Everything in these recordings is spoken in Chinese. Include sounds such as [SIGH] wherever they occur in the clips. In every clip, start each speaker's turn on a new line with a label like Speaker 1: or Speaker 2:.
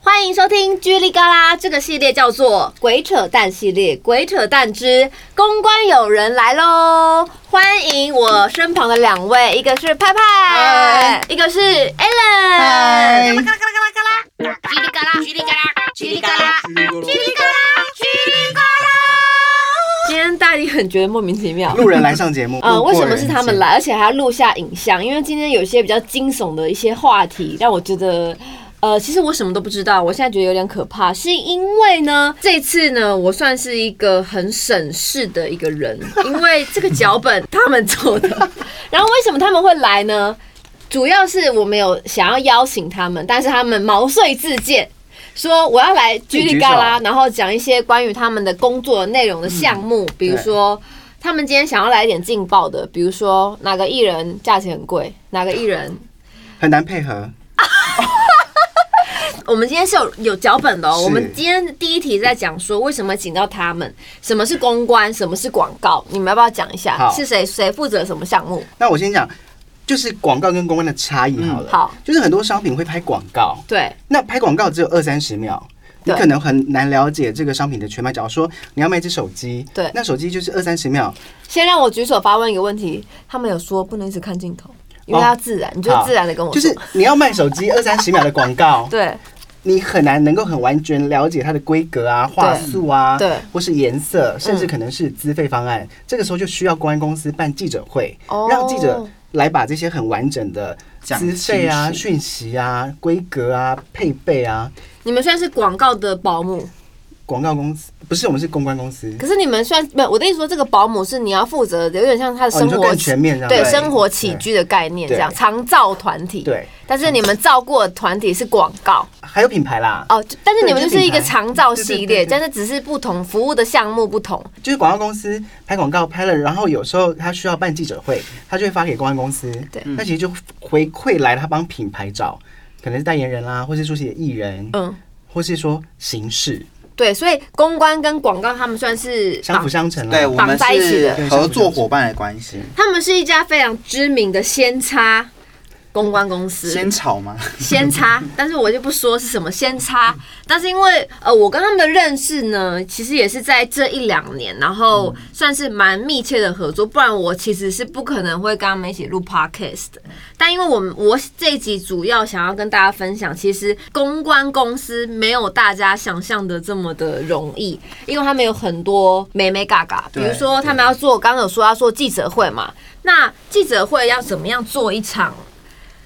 Speaker 1: 欢迎收听《居里嘎啦》这个系列叫做“鬼扯淡”系列，《鬼扯淡之公关有人来喽》。欢迎我身旁的两位，一个是派派
Speaker 2: 嗨，
Speaker 1: 一个是 Alan。
Speaker 2: 嗨，
Speaker 1: 叽里嘎啦，叽里嘎啦，叽里嘎啦，今天大家一定很觉得莫名其妙。
Speaker 2: 路人来上节目，
Speaker 1: 呃，
Speaker 2: 路
Speaker 1: 为什
Speaker 2: 过
Speaker 1: 么
Speaker 2: 人
Speaker 1: 是他们
Speaker 2: 节
Speaker 1: 来，而且还要录下影像？因为今天有一些比较惊悚的一些话题，让我觉得。呃，其实我什么都不知道，我现在觉得有点可怕，是因为呢，这次呢，我算是一个很省事的一个人，因为这个脚本他们做的。然后为什么他们会来呢？主要是我没有想要邀请他们，但是他们毛遂自荐，说我要来居里嘎啦，然后讲一些关于他们的工作内容的项目，
Speaker 2: 嗯
Speaker 1: 比如说他们今天想要来一点劲爆的，比如说哪个艺人价钱很贵，哪个艺人。
Speaker 2: 很难配合，
Speaker 1: 我们今天是有有脚本的、哦，
Speaker 2: 是
Speaker 1: 我们今天第一题在讲说为什么请到他们，什么是公关，什么是广告，你们要不要讲一下
Speaker 2: 好
Speaker 1: 是谁谁负责什么项目？
Speaker 2: 那我先讲，就是广告跟公关的差异好了。
Speaker 1: 嗯好，
Speaker 2: 就是很多商品会拍广告，
Speaker 1: 对，
Speaker 2: 那拍广告只有二三十秒。你
Speaker 1: 对
Speaker 2: 可能很难了解这个商品的全貌。假如说你要卖一只手机，
Speaker 1: 对
Speaker 2: 那手机就是二三十秒，
Speaker 1: 先让我举手发问一个问题，他们有说不能一直看镜头，因为
Speaker 2: 哦
Speaker 1: 要自然，你就
Speaker 2: 好
Speaker 1: 自然的跟我
Speaker 2: 就
Speaker 1: 说，
Speaker 2: 是你要卖手机二三十秒的
Speaker 1: [LAUGHS]
Speaker 2: 广告，
Speaker 1: 对
Speaker 2: 你很难能够很完全了解它的规格啊、画素啊，
Speaker 1: 对对
Speaker 2: 或是颜色，甚至可能是资费方案。这个时候就需要公安公司办记者会，
Speaker 1: 哦
Speaker 2: 让记者来把这些很完整的资费啊、
Speaker 3: 讲清楚
Speaker 2: 讯息啊、规格啊、配备啊，
Speaker 1: 你们算是广告的保姆，
Speaker 2: 嗯广告公司不是我们是公关公司，
Speaker 1: 可是你们算没有我的意思说，这个保姆是你要负责的，有点像他的
Speaker 2: 哦，
Speaker 1: 生
Speaker 2: 你就
Speaker 1: 活
Speaker 2: 更
Speaker 1: 起、
Speaker 2: 全面这样
Speaker 1: 对
Speaker 2: 子
Speaker 1: 生活起居的概念，这
Speaker 2: 对
Speaker 1: 样长照团体。
Speaker 2: 对，
Speaker 1: 但是你们照顾的团体是广告
Speaker 2: 还有品牌啦，
Speaker 1: 哦，就但是你们就
Speaker 2: 对
Speaker 1: 是一个
Speaker 2: 就是品牌
Speaker 1: 长照系列，
Speaker 2: 对对对对
Speaker 1: 但是只是不同服务的项目不同。
Speaker 2: 就是广告公司拍广告拍了，然后有时候他需要办记者会，他就会发给公安公司。
Speaker 1: 对
Speaker 2: 那其实就回馈来他帮品牌找，可能是代言人啦，或是出席的艺人，
Speaker 1: 嗯，
Speaker 2: 或是说形式
Speaker 1: 对，所以公关跟广告他们算是
Speaker 2: 相辅相成啦。
Speaker 3: 对，我们
Speaker 1: 在一起
Speaker 3: 是
Speaker 1: 的
Speaker 3: 合作伙伴的关系。
Speaker 1: 他们是一家非常知名的鲜差公关公司，
Speaker 3: 先吵吗？ [LAUGHS]
Speaker 1: 先差，但是我就不说是什么先差。但是因为呃，我跟他们的认识呢，其实也是在这一两年，然后算是蛮密切的合作，不然我其实是不可能会跟他们一起录 podcast 的。但因为我们我这一集主要想要跟大家分享，其实公关公司没有大家想象的这么的容易，因为他们有很多美美嘎嘎，比
Speaker 2: 对
Speaker 1: 如说他们要做，刚刚有说要做记者会嘛，那记者会要怎么样做一场？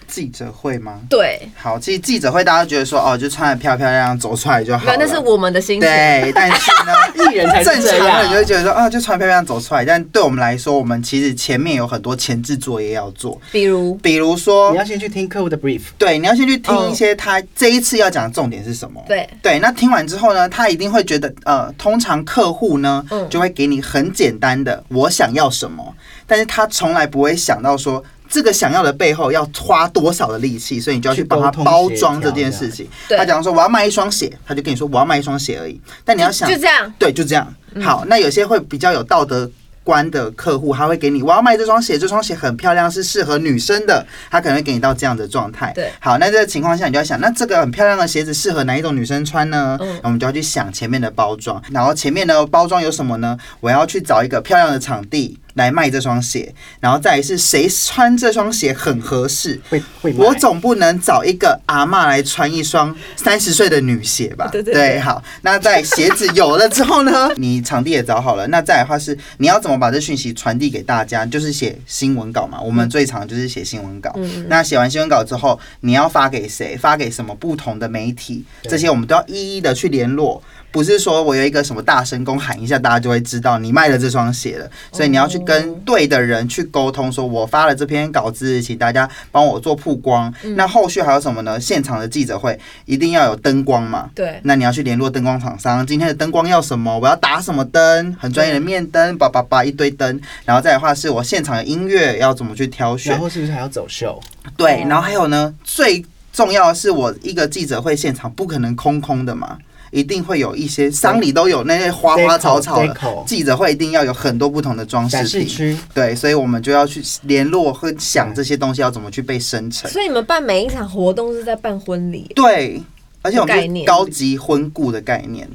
Speaker 3: 记者会吗？
Speaker 1: 对，
Speaker 3: 好，其实记者会大家觉得说，哦，就穿的漂漂亮亮走出来就好
Speaker 1: 没
Speaker 3: 了。
Speaker 1: 有，那是我们的心情。
Speaker 3: 对，但是呢，
Speaker 2: [LAUGHS] 艺人才
Speaker 3: 正
Speaker 2: 是这
Speaker 3: 常人就
Speaker 2: 样
Speaker 3: 会。觉得说，啊，就穿漂漂亮走出来。但对我们来说，我们其实前面有很多前置作业要做，
Speaker 1: 比如，
Speaker 3: 比如说
Speaker 2: 你要，先去听客户的 brief，
Speaker 3: 对，你要先去听
Speaker 1: 嗯
Speaker 3: 一些他这一次要讲的重点是什么。
Speaker 1: 对，
Speaker 3: 对，那听完之后呢，他一定会觉得，呃，通常客户呢
Speaker 1: 嗯
Speaker 3: 就会给你很简单的我想要什么，但是他从来不会想到说这个想要的背后要花多少的力气，所以你就要去
Speaker 2: 去
Speaker 3: 帮他
Speaker 2: 沟通
Speaker 3: 包
Speaker 2: 协
Speaker 3: 装
Speaker 2: 调
Speaker 3: 这件
Speaker 2: 这样
Speaker 3: 事情。
Speaker 1: 对
Speaker 3: 他假如说我要卖一双鞋，他就跟你说我要卖一双鞋而已，但你要想
Speaker 1: 就这样。
Speaker 3: [LAUGHS] 对，就这样。
Speaker 1: 嗯
Speaker 3: 好，那有些会比较有道德观的客户，他会给你，我要卖这双鞋，这双鞋很漂亮，是适合女生的，他可能会给你到这样的状态。
Speaker 1: 对
Speaker 3: 好，那这个情况下，你就要想，那这个很漂亮的鞋子适合哪一种女生穿呢？
Speaker 1: 嗯
Speaker 3: 那我们就要去想前面的包装，然后前面的包装有什么呢？我要去找一个漂亮的场地。来卖这双鞋，然后再来是谁穿这双鞋很合适，
Speaker 2: 会会买
Speaker 3: 我总不能找一个阿嬷来穿一双三十岁的女鞋吧？
Speaker 1: 对对对
Speaker 3: 好。那在鞋子有了之后呢， [LAUGHS] 你场地也找好了，那再来的话是你要怎么把这讯息传递给大家？就是写新闻稿嘛，
Speaker 1: 嗯
Speaker 3: 我们最常就是写新闻稿。那写完新闻稿之后，你要发给谁？发给什么不同的媒体？这些我们都要一一的去联络。不是说我有一个什么大声公喊一下，大家就会知道你卖了这双鞋
Speaker 1: 哦
Speaker 3: 了，所以你要去跟对的人去沟通，说我发了这篇稿子，请大家帮我做曝光。
Speaker 1: 嗯
Speaker 3: 那后续还有什么呢？现场的记者会一定要有灯光嘛，
Speaker 1: 对，
Speaker 3: 那你要去联络灯光厂商，今天的灯光要什么？我要打什么灯？很专业的面灯，叭叭叭一堆灯。然后再来的话是我现场的音乐要怎么去挑选
Speaker 2: 然？后是哦不是还要走秀？
Speaker 3: 对，然后还有呢，最重要的是我一个记者会现场不可能空空的嘛。一定会有一些丧礼都有那些花花草草的
Speaker 2: Deco，Deco
Speaker 3: 记者会一定要有很多不同的装饰
Speaker 2: 展示
Speaker 3: 品，
Speaker 2: 区
Speaker 3: 对，所以我们就要去联络和想这些东西要怎么去被生成。
Speaker 1: 所以你们办每一场活动是在办婚礼，
Speaker 3: 对，而且我
Speaker 1: 概
Speaker 3: 们
Speaker 1: 念
Speaker 3: 是高级婚顾的概念，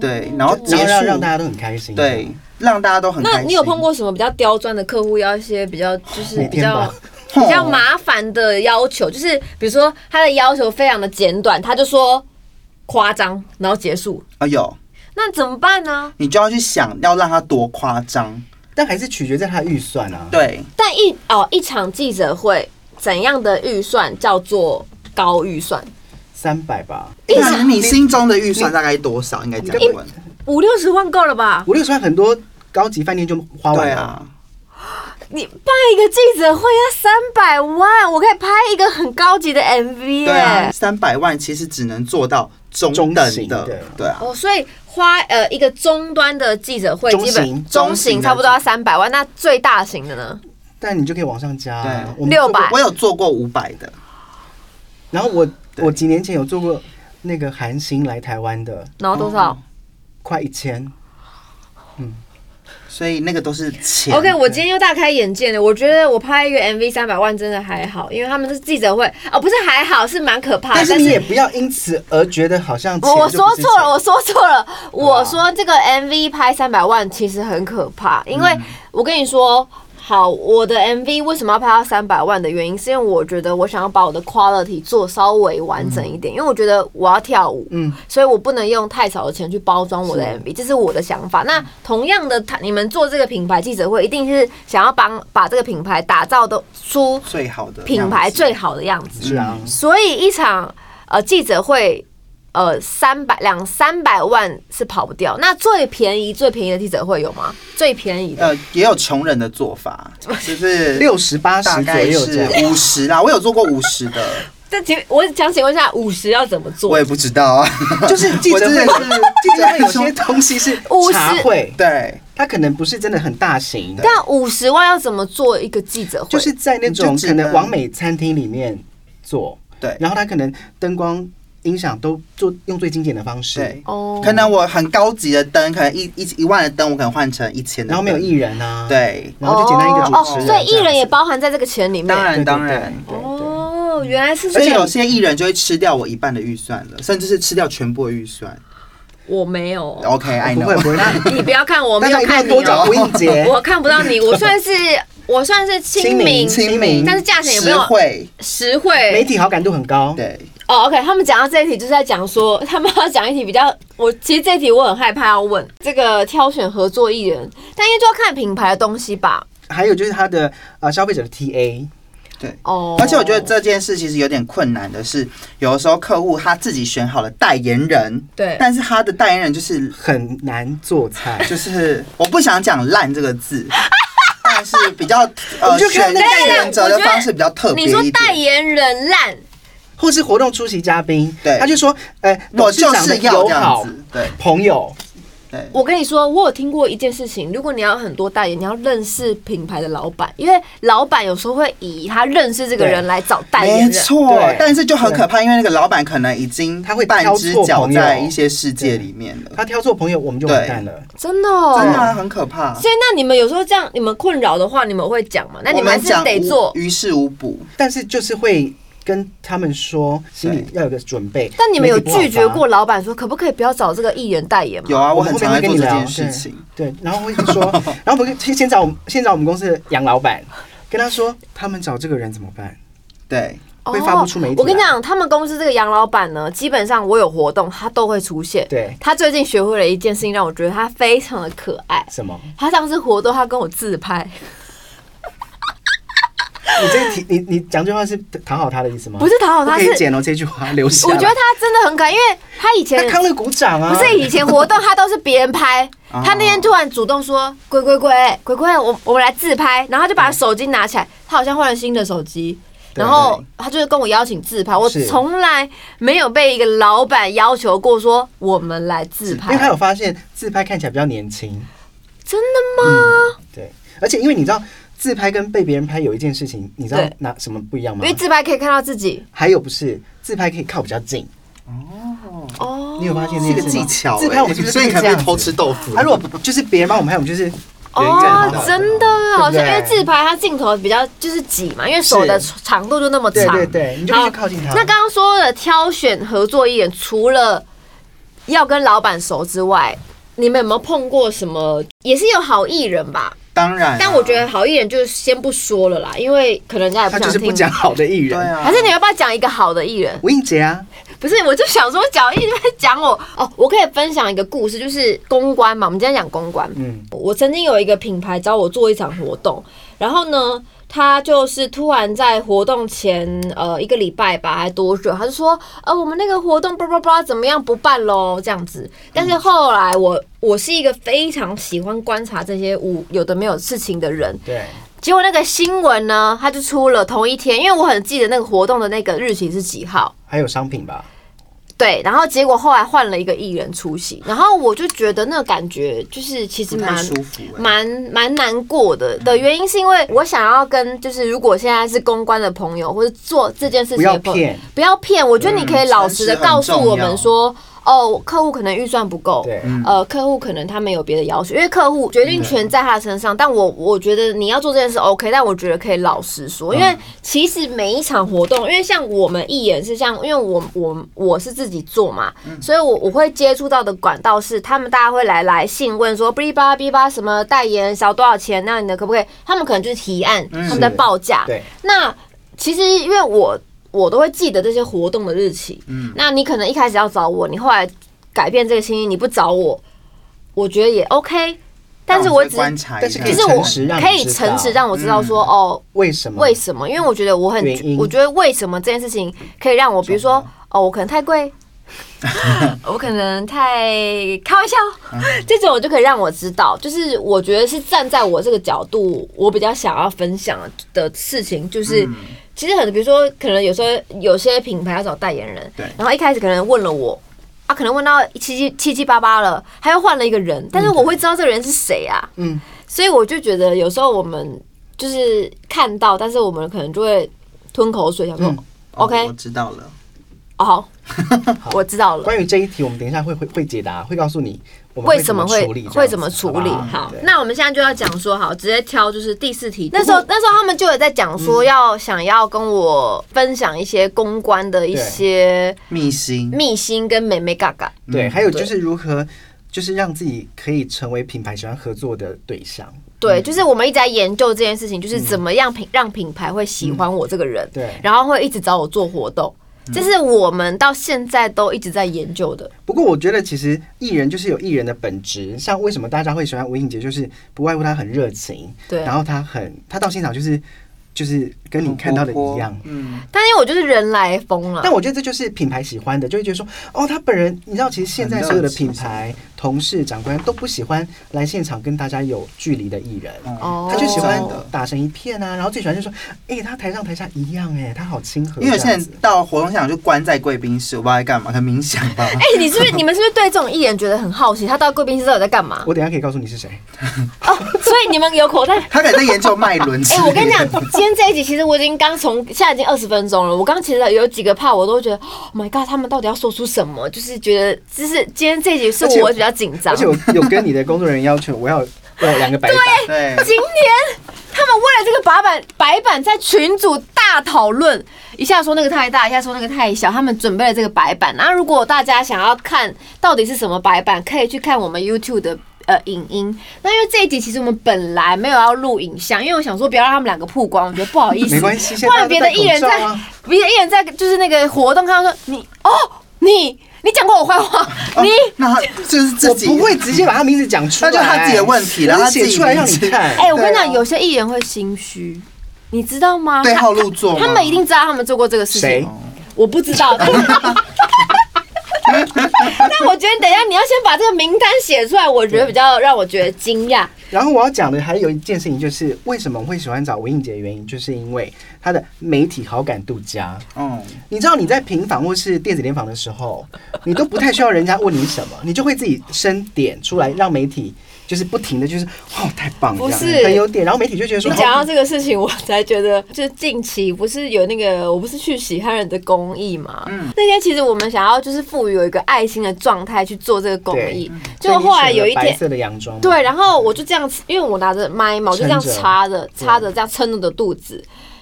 Speaker 3: 对，然后结
Speaker 2: 哦然后让让大家
Speaker 3: 束，
Speaker 2: 都很开心。啊
Speaker 3: 对，让大家都很开
Speaker 1: 那
Speaker 3: 心。
Speaker 1: 你有碰过什么比较刁钻的客户，要一些比较就是
Speaker 2: 每
Speaker 1: 比
Speaker 2: 天
Speaker 1: 较
Speaker 2: 吧
Speaker 1: 比较麻烦的要求？就是比如说他的要求非常的简短，他就说夸张，然后结束，
Speaker 3: 啊？有，
Speaker 1: 那怎么办呢？
Speaker 3: 你就要去想要让它多夸张，
Speaker 2: 但还是取决在他的预算啊。，
Speaker 3: 对，
Speaker 1: 但一哦一场记者会怎样的预算叫做高预算？
Speaker 2: 三百吧，
Speaker 1: 一
Speaker 3: 那
Speaker 1: 场
Speaker 3: 你心中的预算大概多少？应该这样问。
Speaker 1: 五六十万够了吧？
Speaker 2: 五六十万很多高级饭店就花完
Speaker 3: 对
Speaker 2: 了。
Speaker 3: 啊，
Speaker 1: 你办一个记者会要三百万，我可以拍一个很高级的 MV 耶、
Speaker 3: 对啊，三百万其实只能做到中等
Speaker 2: 中型
Speaker 3: 的
Speaker 2: 的，
Speaker 3: 对啊，
Speaker 1: 哦，所以花呃一个终端的记者会，
Speaker 2: 中
Speaker 1: 基本
Speaker 2: 型
Speaker 1: 中
Speaker 3: 中型
Speaker 1: 型
Speaker 3: 的
Speaker 1: 差不多要三百万，那最大型的呢？
Speaker 2: 但你就可以往上加、啊
Speaker 3: 对
Speaker 2: 我们
Speaker 1: 六
Speaker 2: 做过
Speaker 1: 百
Speaker 3: 我有做过五百的，
Speaker 2: 然后我
Speaker 3: 对
Speaker 2: 我几年前有做过那个韩星来台湾的，
Speaker 1: 然后多少、
Speaker 2: 嗯快一千。
Speaker 3: 所以那个都是钱。
Speaker 1: o k 我今天又大开眼界了。我觉得我拍一个 MV 三百万真的还好，因为他们是记者会哦，不是还好，是蛮可怕的。
Speaker 2: 但是你也不要因此而觉得好像钱啊
Speaker 1: 我我
Speaker 2: 就不
Speaker 1: 说
Speaker 2: 是
Speaker 1: 错
Speaker 2: 钱
Speaker 1: 了，我说错了，我说这个 MV 拍三百万其实很可怕，因
Speaker 2: 嗯
Speaker 1: 为我跟你说，好，我的 MV 为什么要拍到三百万的原因，是因为我觉得我想要把我的 quality 做稍微完整一点，因为我觉得我要跳舞，
Speaker 2: 嗯
Speaker 1: 所以我不能用太少的钱去包装我的 MV，这是我的想
Speaker 2: 嗯
Speaker 1: 法。那同样的，他你们做这个品牌记者会，一定是想要帮把这个品牌打造的出
Speaker 3: 最好的
Speaker 1: 品牌最好的样子，
Speaker 2: 是啊，
Speaker 1: 所以一场呃记者会，呃三百两三百万是跑不掉。那最便宜最便宜的记者会有吗？最便宜的
Speaker 3: 呃，也有穷人的做
Speaker 1: [LAUGHS]
Speaker 3: 法，就是
Speaker 2: 六十八
Speaker 3: 大
Speaker 2: 十左
Speaker 3: 概
Speaker 2: 右这
Speaker 3: 是
Speaker 2: 样。
Speaker 3: 五十啦，我有做过五十的，
Speaker 1: [LAUGHS] 这请我想请问一下，五十要怎么
Speaker 3: 我
Speaker 1: 做
Speaker 3: 也？不知道啊，
Speaker 2: 就是记者会
Speaker 3: 我真
Speaker 2: 是
Speaker 3: 的是
Speaker 2: 记
Speaker 3: [LAUGHS]
Speaker 2: 者会有些东西是
Speaker 1: 50
Speaker 2: 茶会，
Speaker 3: 对，
Speaker 2: 它可能不是真的很大型的，
Speaker 1: 但五十万要怎么做一个记者会？
Speaker 2: 就是在那种
Speaker 3: 你就只
Speaker 2: 可
Speaker 3: 能
Speaker 2: 能完美餐厅里面做，
Speaker 3: 对
Speaker 2: 然后它可能灯光、音响都做用最精简的方式
Speaker 3: 对，
Speaker 1: 哦，
Speaker 3: 可能我很高级的灯，可能一一一万的灯，我可能换成一千的
Speaker 2: 然
Speaker 3: 灯，
Speaker 2: 后没有艺人啊，，
Speaker 3: 对，
Speaker 2: 然后就简单一个
Speaker 1: 哦
Speaker 2: 主持
Speaker 1: 哦
Speaker 2: 人，
Speaker 1: 所以艺人也
Speaker 2: 包，
Speaker 1: 包含在这个钱里面。
Speaker 3: 当然
Speaker 2: 对
Speaker 3: 当然。，
Speaker 2: 对对对对
Speaker 1: 哦，原来是
Speaker 3: 而
Speaker 1: 这
Speaker 3: 且有
Speaker 1: 样，
Speaker 3: 些艺人就会吃掉我一半的预算了，甚至是吃掉全部的预算。
Speaker 1: 我没有。
Speaker 3: OK，I、
Speaker 2: 哦不会
Speaker 3: know。
Speaker 2: 不会，那
Speaker 1: 你
Speaker 3: [LAUGHS]
Speaker 1: 不要看我，我
Speaker 2: 大
Speaker 1: 没有
Speaker 2: 家一定要
Speaker 1: 看你
Speaker 2: 多找
Speaker 1: 哦、
Speaker 2: 胡应杰，
Speaker 1: [LAUGHS] 我看不到你，我算是我算是亲民，
Speaker 2: 亲民
Speaker 1: 但是价钱有没有
Speaker 3: 实惠？
Speaker 1: 实惠？
Speaker 2: 媒体好感度很高，
Speaker 3: 对，
Speaker 1: 哦、o k 他们讲到这一题，就是在讲说 [LAUGHS] 他们要讲一题比较，我其实这一题我很害怕要问这个挑选合作艺人，但因为就要看品牌的东西吧。
Speaker 2: 还有就是他的呃消费者的 TA，
Speaker 1: 哦、
Speaker 3: 而且我觉得这件事其实有点困难的是，有的时候客户他自己选好了代言人，
Speaker 1: 对
Speaker 3: 但是他的代言人就是。
Speaker 2: 很难做菜
Speaker 3: [LAUGHS] 就是我不想讲“烂”这个字，但是比较呃
Speaker 2: 我就看那
Speaker 3: 选
Speaker 2: 个
Speaker 3: 代言
Speaker 1: 我
Speaker 3: 人
Speaker 1: 觉
Speaker 3: 择
Speaker 1: 得
Speaker 3: 的方式比较特别
Speaker 1: 你说
Speaker 3: 一
Speaker 1: 代
Speaker 3: 点。
Speaker 1: 言人烂，
Speaker 2: 或是活动出席嘉宾，
Speaker 3: 对
Speaker 2: 他就说，哎、
Speaker 3: 我哦就
Speaker 2: 董事长
Speaker 3: 是
Speaker 2: 的
Speaker 3: 要
Speaker 2: 友
Speaker 3: 这样
Speaker 2: 好
Speaker 3: 子，对
Speaker 2: 朋友，
Speaker 3: 对，
Speaker 1: 我跟你说，我有听过一件事情，如果你要很多代言，你要认识品牌的老板，因为老板有时候会以他认识这个人
Speaker 2: 对
Speaker 1: 来找代
Speaker 3: 没
Speaker 1: 言人。
Speaker 3: 错
Speaker 2: 对。
Speaker 3: 但是就很可怕，因为那个老板可能已经
Speaker 2: 他会
Speaker 3: 半
Speaker 2: 挑
Speaker 3: 只
Speaker 2: 错
Speaker 3: 脚
Speaker 2: 朋友
Speaker 3: 在一些世界里面了，
Speaker 2: 他挑错朋友，我们就完蛋了。
Speaker 1: 真的、哦，
Speaker 3: 真的啊很可怕。
Speaker 2: 哦
Speaker 1: 所以那你们有时候这样，你们困扰的话，你们会讲吗？那你
Speaker 3: 我
Speaker 1: 们还
Speaker 3: 们
Speaker 1: 是
Speaker 3: 讲
Speaker 1: 得
Speaker 3: 无
Speaker 1: 做。
Speaker 3: 于事无补。
Speaker 2: 但是就是会跟他们说，心里要有个准备。
Speaker 1: 但你们有
Speaker 2: 媒体不好发
Speaker 1: 拒绝过？老板说可不可以不要找这个艺人代言吗？
Speaker 3: 有啊，我
Speaker 2: 我们
Speaker 3: 很
Speaker 2: 后
Speaker 3: 常
Speaker 2: 面
Speaker 3: 在
Speaker 2: 会跟
Speaker 3: 做
Speaker 2: 你
Speaker 3: 这
Speaker 2: 聊
Speaker 3: 件事情。
Speaker 2: 对，然后会说，然后不先先找我们先找我们公司的杨老板，跟他说，他们找这个人怎么办？
Speaker 3: 对，
Speaker 1: 哦
Speaker 2: 会发不出媒体来
Speaker 1: 我跟你讲，他们公司这个杨老板呢，基本上我有活动，他都会出现。
Speaker 2: 对
Speaker 1: 他最近学会了一件事情，让我觉得他非常的可爱。
Speaker 2: 什么？
Speaker 1: 他上次活动，他跟我自拍，
Speaker 2: 你这一题，你你讲这句话是讨好他的意思吗？
Speaker 1: 不是讨好他
Speaker 2: 不可以
Speaker 1: 是
Speaker 2: 剪哦，这句话留下
Speaker 1: 我
Speaker 2: 来。
Speaker 1: 觉得他真的很可爱，因为他以前
Speaker 2: 他康乐鼓掌啊，
Speaker 1: 不是以前活动，他都是别人拍。
Speaker 3: 哦
Speaker 1: 他那天突然主动说：“鬼鬼鬼鬼鬼，我我们来自拍。”然后他就把手机拿起来，他好像换了新的手机。
Speaker 2: 嗯对
Speaker 1: 然后他就是跟我邀请自拍，我
Speaker 2: 是
Speaker 1: 从来没有被一个老板要求过说我们来自
Speaker 2: 因为他
Speaker 1: 拍，
Speaker 2: 有发现自拍看起来比较年轻，
Speaker 1: 真的吗？
Speaker 2: 对，而且因为你知道自拍跟被别人拍有一件事情，你知道
Speaker 1: 对
Speaker 2: 哪什么不一样吗
Speaker 1: 因为？自拍可以看到自己
Speaker 2: 还有不是自拍可以靠比较近，
Speaker 1: 哦
Speaker 2: 你有发现这
Speaker 3: 是一
Speaker 2: 件事
Speaker 3: 个技
Speaker 2: 吗？
Speaker 3: 巧欸，欸
Speaker 2: 自拍我们其实
Speaker 3: 所以你
Speaker 2: 是
Speaker 3: 才
Speaker 2: 这
Speaker 3: 会
Speaker 2: 样
Speaker 3: 偷
Speaker 2: 子
Speaker 3: 吃豆腐
Speaker 2: 他。如果就是别人帮我们拍，我们就是对应该很好
Speaker 1: 哦
Speaker 2: 找，
Speaker 1: 真的哦，
Speaker 2: 对
Speaker 1: 好像
Speaker 2: 不对
Speaker 1: 因为自拍它镜头比较就是挤嘛，因为手的长度就那么
Speaker 2: 对
Speaker 1: 长。
Speaker 2: 对对，你就必须靠近他。
Speaker 1: 那刚刚说的挑选合作艺人，除了要跟老板熟之外，你们有没有碰过什么？也是有好艺人吧，
Speaker 3: 当然啊、
Speaker 2: 哎
Speaker 1: 但我觉得好艺人就先不说了啦，因为可能人家也不
Speaker 2: 他
Speaker 1: 想
Speaker 2: 就是
Speaker 1: 听。
Speaker 2: 不讲好的艺
Speaker 3: 对
Speaker 2: 人，
Speaker 3: 啊，
Speaker 1: 还是你要不要讲一个好的艺人？
Speaker 2: 吴映洁啊，
Speaker 1: 不是，我就想说，讲一直在讲我哦，我可以分享一个故事，就是公关嘛。我们今天讲公关，
Speaker 2: 嗯，
Speaker 1: 我曾经有一个品牌找我做一场活动，然后呢，他就是突然在活动前呃一个礼拜吧，还多久，他就说呃我们那个活动叭叭叭怎么样不办喽这样子。但是后来我我是一个非常喜欢观察这些无有的没有事情的人，
Speaker 2: 对，
Speaker 1: 结果那个新闻呢，它就出了同一天，因为我很记得那个活动的那个日期是几号。
Speaker 2: 还有商品吧，
Speaker 1: 对，然后结果后来换了一个艺人出席，然后我就觉得那个感觉就是其实
Speaker 3: 不太
Speaker 1: 蛮
Speaker 3: 舒服、欸。
Speaker 1: 蛮蛮难过的的原因是因为我想要跟就是如果现在是公关的朋友或者做这件事
Speaker 2: 不
Speaker 1: 情
Speaker 2: 要
Speaker 1: 的朋友，
Speaker 2: 骗，
Speaker 1: 不要骗，我觉得你可以老实的
Speaker 3: 嗯诚实很
Speaker 1: 告诉
Speaker 3: 重
Speaker 1: 我们
Speaker 3: 要
Speaker 1: 说，哦，客户可能预算不够，
Speaker 2: 对，
Speaker 1: 呃，客户可能他们有别的要求，因为客户决定权在他身上。但我我觉得你要做这件事 OK，但我觉得可以老实说，因为其实每一场活动，因为像我们艺人是像，因为我我我是自己做嘛，所以我我会接触到的管道是他们大家会来来信问说，哔哩吧啦哔哩吧啦什么代言少多少钱，那你的可不可以？他们可能就是提案，他们在
Speaker 2: 是
Speaker 1: 报价，
Speaker 2: 对，
Speaker 1: 那其实因为我我都会记得这些活动的日期，嗯，那你可能一开始要找我，你后来改变这个心意，你不找我，我觉得也 OK，但是我
Speaker 3: 只
Speaker 1: 只
Speaker 3: 观
Speaker 1: 是
Speaker 3: 察一下，
Speaker 2: 但是可
Speaker 1: 就
Speaker 2: 以
Speaker 1: 是
Speaker 2: 诚实
Speaker 1: 我
Speaker 2: 让你
Speaker 1: 可以
Speaker 2: 知道嗯
Speaker 1: 诚实让我知道说、哦
Speaker 2: 为什么？
Speaker 1: 为什么，因为我觉得我很
Speaker 2: 原因
Speaker 1: 我觉得为什么这件事情可以让我，比如说哦我可能太
Speaker 2: [LAUGHS]
Speaker 1: 贵。我可能太开玩笑，
Speaker 2: 嗯
Speaker 1: 这种我就可以让我知道，就是我觉得是站在我这个角度，我比较想要分享的事情，就是、
Speaker 2: 嗯
Speaker 1: 其实很，比如说可能有时候有些品牌要找代言人，
Speaker 3: 对
Speaker 1: 然后一开始可能问了我，啊，可能问到七七七七八八了，他又换了一个人，但是我会知道这个人是谁啊，
Speaker 2: 嗯，
Speaker 1: 所以我就觉得有时候我们就是看到，但是我们可能就会吞口水，想说、
Speaker 2: 嗯
Speaker 3: 哦
Speaker 1: OK
Speaker 3: 我知道了。
Speaker 1: 哦好，
Speaker 2: [LAUGHS]
Speaker 1: 我知道了。
Speaker 2: 关于这一题，我们等一下会会会解答，会告诉你我们
Speaker 1: 为什么会
Speaker 2: 处理这样子，
Speaker 1: 会怎么处理？
Speaker 2: 好不好
Speaker 1: 好
Speaker 2: 对，
Speaker 1: 那我们现在就要讲说，好，直接挑就是第四题。那时候那时候他们就有在讲
Speaker 2: 嗯
Speaker 1: 说，要想要跟我分享一些公关的一
Speaker 2: 对
Speaker 1: 些
Speaker 3: 密心，
Speaker 1: 秘辛跟美美嘎嘎。
Speaker 2: 对，
Speaker 3: 嗯
Speaker 2: 还有就是如何，就是让自己可以成为品牌喜欢合作的对象。
Speaker 1: 对，就是我们一直在研究这件事情，就是怎么样品让品牌会喜欢我这个人，
Speaker 2: 嗯对嗯
Speaker 1: 然后会一直找我做活动，这是我们到现在都一直在研究的。
Speaker 2: 不过我觉得其实艺人就是有艺人的本质，像为什么大家会喜欢吴映洁，就是不外乎她很热情，
Speaker 1: 对
Speaker 2: 然后她很，她到现场就是就是跟你看到的一样。
Speaker 3: 嗯，
Speaker 1: 但因为我就是人来疯了
Speaker 2: 但，我觉得这就是品牌喜欢的，就会觉得说，哦，她本人，你知道，其实现在所有的品牌同事、长官都不喜欢来现场跟大家有距离的艺人。
Speaker 1: 哦
Speaker 2: 他就喜欢
Speaker 3: 真的
Speaker 2: 打成一片啊，然后最喜欢就说，哎、他台上台下一样、哎，他好亲和。
Speaker 3: 因为有
Speaker 2: 这
Speaker 3: 些
Speaker 2: 样
Speaker 3: 人
Speaker 2: 子
Speaker 3: 到活动现场就关在贵宾室，我不知道在干嘛，可能冥想
Speaker 1: [LAUGHS]
Speaker 3: 吧。
Speaker 1: 哎、你是不是你们是不是对这种艺人觉得很好奇？他到贵宾室到底在干嘛？
Speaker 2: 我等一下可以告诉你是谁。
Speaker 1: 哦， [LAUGHS] 所以你们有口袋
Speaker 3: 他可能在研究脉轮之
Speaker 1: 哎、
Speaker 3: 类的。
Speaker 1: 我跟你讲，今天这一集其实我已经刚从现在已经二十分钟了，我刚其实有几个怕，我都觉得，Oh my god，他们到底要说出什么？就是觉得，就是今天这一集是
Speaker 2: 而且
Speaker 1: 我比较紧张。
Speaker 2: 而且
Speaker 1: 今
Speaker 2: 我有跟你的工作人员要求，我要要两个白板。
Speaker 3: 对，
Speaker 1: 天他们为了这个白板白板在群组大讨论，一下说那个太大，一下说那个太小，他们准备了这个白板。那如果大家想要看到底是什么白板，可以去看我们 YouTube 的。呃，影音。那因为这一集其实我们本来没有要录影像，因为我想说不要让他们两个曝光，我觉得不好意思。
Speaker 2: 没关系，现
Speaker 1: 不
Speaker 2: 在
Speaker 1: 然别的艺人在
Speaker 2: 大家都戴口罩啊，
Speaker 1: 别的艺人在就是那个活动，看到说你哦，你你讲过我坏话，[LAUGHS]
Speaker 3: 哦
Speaker 1: 你
Speaker 3: 那他就是 [LAUGHS] 自
Speaker 2: 我
Speaker 3: 己
Speaker 2: 不会直接把他名字讲出来，
Speaker 3: 那就他自己的问题了
Speaker 2: 我
Speaker 3: 他
Speaker 2: 是
Speaker 3: 自己
Speaker 2: 写出来让你看。
Speaker 1: 哎、我跟你
Speaker 3: 对
Speaker 1: 讲，
Speaker 3: 啊
Speaker 1: 有些艺人会心虚，你知道吗？
Speaker 3: 对
Speaker 1: 他
Speaker 3: 号入座吗
Speaker 1: 他们一定知道他们做过这个事
Speaker 2: 谁
Speaker 1: 情，？我不知
Speaker 2: [LAUGHS]
Speaker 1: 道。但是但我觉得，等一下你要先把这个名单写出来，我觉得比较让我觉得惊讶。
Speaker 2: 然后我要讲的还有一件事情，就是为什么我会喜欢找吴映洁的原因，就是因为她的媒体好感度佳。
Speaker 3: 嗯，
Speaker 2: 你知道你在平访或是电子联访的时候，你都不太需要人家问你什么，你就会自己生点出来，让媒体就是不停的就是哦太棒了，
Speaker 1: 不
Speaker 2: 这样
Speaker 1: 是
Speaker 2: 很有点，然后媒体就觉得
Speaker 1: 你
Speaker 2: 说
Speaker 1: 讲到
Speaker 2: 哦
Speaker 1: 这个事情，我才觉得，就是近期不是有那个，我不是去喜憨人的公益嘛？
Speaker 2: 嗯
Speaker 1: 那天其实我们想要就是赋予有一个爱心的状态去做这个公益，结果后来有一
Speaker 2: 所以你选了白
Speaker 1: 天。
Speaker 2: 色的洋装嘛，
Speaker 1: 对，然后我就这样样，因为我拿着麦嘛，我就这样
Speaker 2: 撑着
Speaker 1: 插着插着这样撑着我的肚子。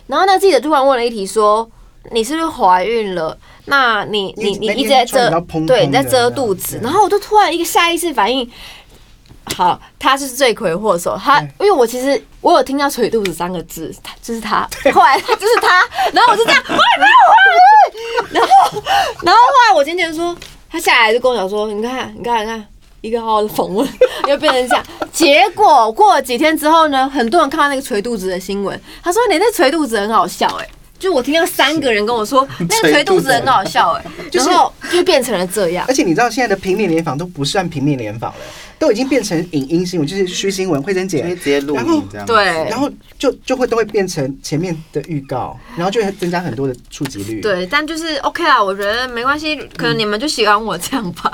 Speaker 1: 然后那记者突然问了一题说：“你是不是怀孕了？”那你你
Speaker 2: 因为
Speaker 1: 你
Speaker 2: 那
Speaker 1: 一直在
Speaker 2: 天穿
Speaker 1: 遮
Speaker 2: 比较蓬
Speaker 1: 对
Speaker 2: 蓬
Speaker 1: 你在
Speaker 2: 的
Speaker 1: 遮
Speaker 2: 那
Speaker 1: 肚
Speaker 2: 样
Speaker 1: 子，
Speaker 2: 对
Speaker 1: 然后我就突然一个下意识反应，好，他是罪魁祸首。他因为我其实我有听到“捶肚子”三个字，他就是他，后来他就是他，然后我就
Speaker 2: [LAUGHS]
Speaker 1: 这样，我也没有怀孕 [LAUGHS] 然后然后后来我今天说，他下来就跟我讲说，你看你看你看。一个好好的访问又变成这 [LAUGHS] 样，结果过了几天之后呢，很多人看到那个捶肚子的新闻，他说哎你那捶肚子很好笑哎、就我听到三个人跟我说那个捶肚子很好笑哎、然后 [LAUGHS] 就变成了这样
Speaker 2: 而。且你知道现在的平面联访都不算平面联访了，都已经变成影音新闻，就是虚新闻。慧珍
Speaker 3: 因为
Speaker 2: 姐，
Speaker 3: 直接录
Speaker 2: 然后
Speaker 3: 影这
Speaker 1: [LAUGHS]
Speaker 3: 样。
Speaker 1: 对
Speaker 2: 然后就就会都会变成前面的预告，然后就会增加很多的触及率。，
Speaker 1: 对，但就是 OK 啦，我觉得没关系，可能你们就喜欢我这样吧。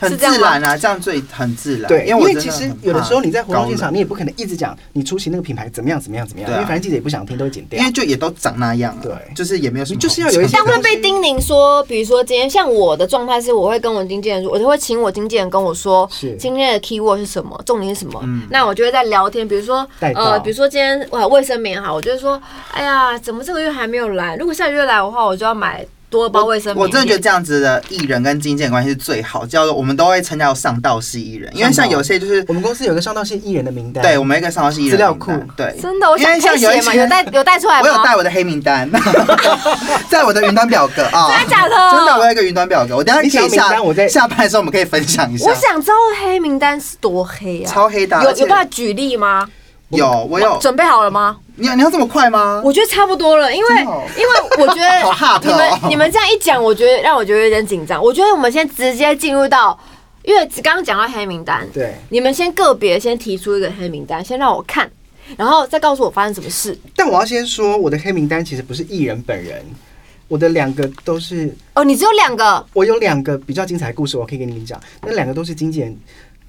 Speaker 3: 很自然啊，这样最很自然。
Speaker 2: 对，因
Speaker 3: 因我
Speaker 2: 为
Speaker 3: 真的
Speaker 2: 其实
Speaker 3: 很怕
Speaker 2: 有的时候你在活动现
Speaker 3: 高
Speaker 2: 场，
Speaker 3: 冷，
Speaker 2: 你也不可能一直讲你出席那个品牌怎么样怎么样怎么样，
Speaker 3: 对
Speaker 2: 因
Speaker 3: 啊
Speaker 2: 为反正记者也不想听，都会剪掉
Speaker 3: 因为。就也都长那样啊，
Speaker 2: 对
Speaker 3: 就是也没有什么好讲，
Speaker 2: 就是要有一些
Speaker 1: 但会被叮咛说，比如说今天像我的状态是，我会跟我经纪人说，我就会请我经纪人跟我说
Speaker 2: 是，
Speaker 1: 今天的 key word 是什么，重点是什么。
Speaker 3: 嗯
Speaker 1: 那我就会在聊天，比如说
Speaker 2: 带到
Speaker 1: 呃，比如说今天呃卫生棉哈，我就会说，哎呀，怎么这个月还没有来？如果下个月来的话，我就要买多包卫生棉
Speaker 3: 我真的觉得这样子的艺人跟经纪人关系是最好，叫做我们都会称叫上道系艺人，因为像
Speaker 2: 哦
Speaker 3: 有些就是
Speaker 2: 我们公司有一个上到线艺人的名单，
Speaker 3: 对我们有一个上道系艺人
Speaker 2: 资料
Speaker 3: 名单
Speaker 2: 库
Speaker 3: 对，
Speaker 1: 真的，我
Speaker 3: 因
Speaker 1: 想
Speaker 3: 为像
Speaker 1: 看
Speaker 3: 有一
Speaker 1: 写嘛，
Speaker 3: 些
Speaker 1: 有带有带出来
Speaker 3: 我
Speaker 1: 吗？
Speaker 3: 有带我的黑
Speaker 1: [LAUGHS]
Speaker 3: 名单，在我的云端表格啊，
Speaker 1: 真的假的
Speaker 3: 真的，我有一个云端表格，我等一
Speaker 2: 你
Speaker 3: 下
Speaker 2: 想
Speaker 3: 可以
Speaker 2: 名
Speaker 3: 下
Speaker 2: 单我再
Speaker 3: 下班的时候我们可以分享一下
Speaker 1: 我。想知道黑名单是多黑啊，
Speaker 3: 超黑的啊，
Speaker 1: 有
Speaker 3: 而且
Speaker 1: 有办法举例吗？
Speaker 3: 有我有，
Speaker 1: 准备好了吗？
Speaker 3: 你你要这么快吗？
Speaker 1: [LAUGHS] 我觉得差不多了，因为
Speaker 3: 真的哦
Speaker 1: 因为我觉
Speaker 3: 好
Speaker 1: 得
Speaker 3: hard
Speaker 1: 你们
Speaker 3: 哦
Speaker 1: 你们这样一讲，我觉得让我觉得有点紧张。我觉得我们先直接进入到，因为刚刚讲到黑名单，
Speaker 2: 对，
Speaker 1: 你们先个别先提出一个黑名单，先让我看，然后再告诉我发生什么事。
Speaker 2: 但我要先说，我的黑名单其实不是艺人本人，我的两个都是，
Speaker 1: 哦，你只有两个，
Speaker 2: 我有两个比较精彩的故事，我可以跟你们讲。那两个都是经纪人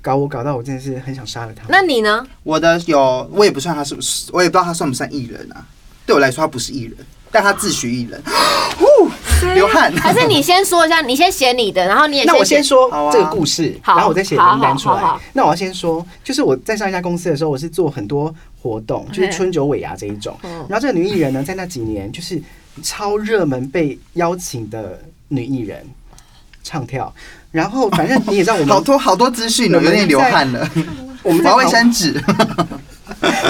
Speaker 2: 搞我，搞到我真的是很想杀了他。
Speaker 1: 那你呢？
Speaker 3: 我的有，我也不算他是不是，我也不知道他算不算艺人啊。对我来说，他不是艺人，但他自诩艺人。呼，流汗。
Speaker 1: 哎还是你先说一下，你先写你的，然后你也
Speaker 2: 那我先
Speaker 1: 写
Speaker 2: 说
Speaker 3: 好啊
Speaker 2: 这个故事，
Speaker 1: 好
Speaker 2: 然后我再写名单出
Speaker 1: 好好好
Speaker 2: 来
Speaker 1: 好。
Speaker 2: 那我要先说，就是我在上一家公司的时候，我是做很多活动，就是春酒尾牙这一种。
Speaker 1: 嗯
Speaker 2: 然后这个女艺人呢，在那几年就是超热门被邀请的女艺人，唱跳。然后反正你也知 [LAUGHS] 道我
Speaker 3: [LAUGHS] 好
Speaker 2: 们
Speaker 3: 多好多资讯哦，有点流汗了。
Speaker 2: 我们
Speaker 3: [LAUGHS] 我
Speaker 2: 在
Speaker 3: 要卫
Speaker 2: 跑
Speaker 1: [LAUGHS]
Speaker 3: 生纸。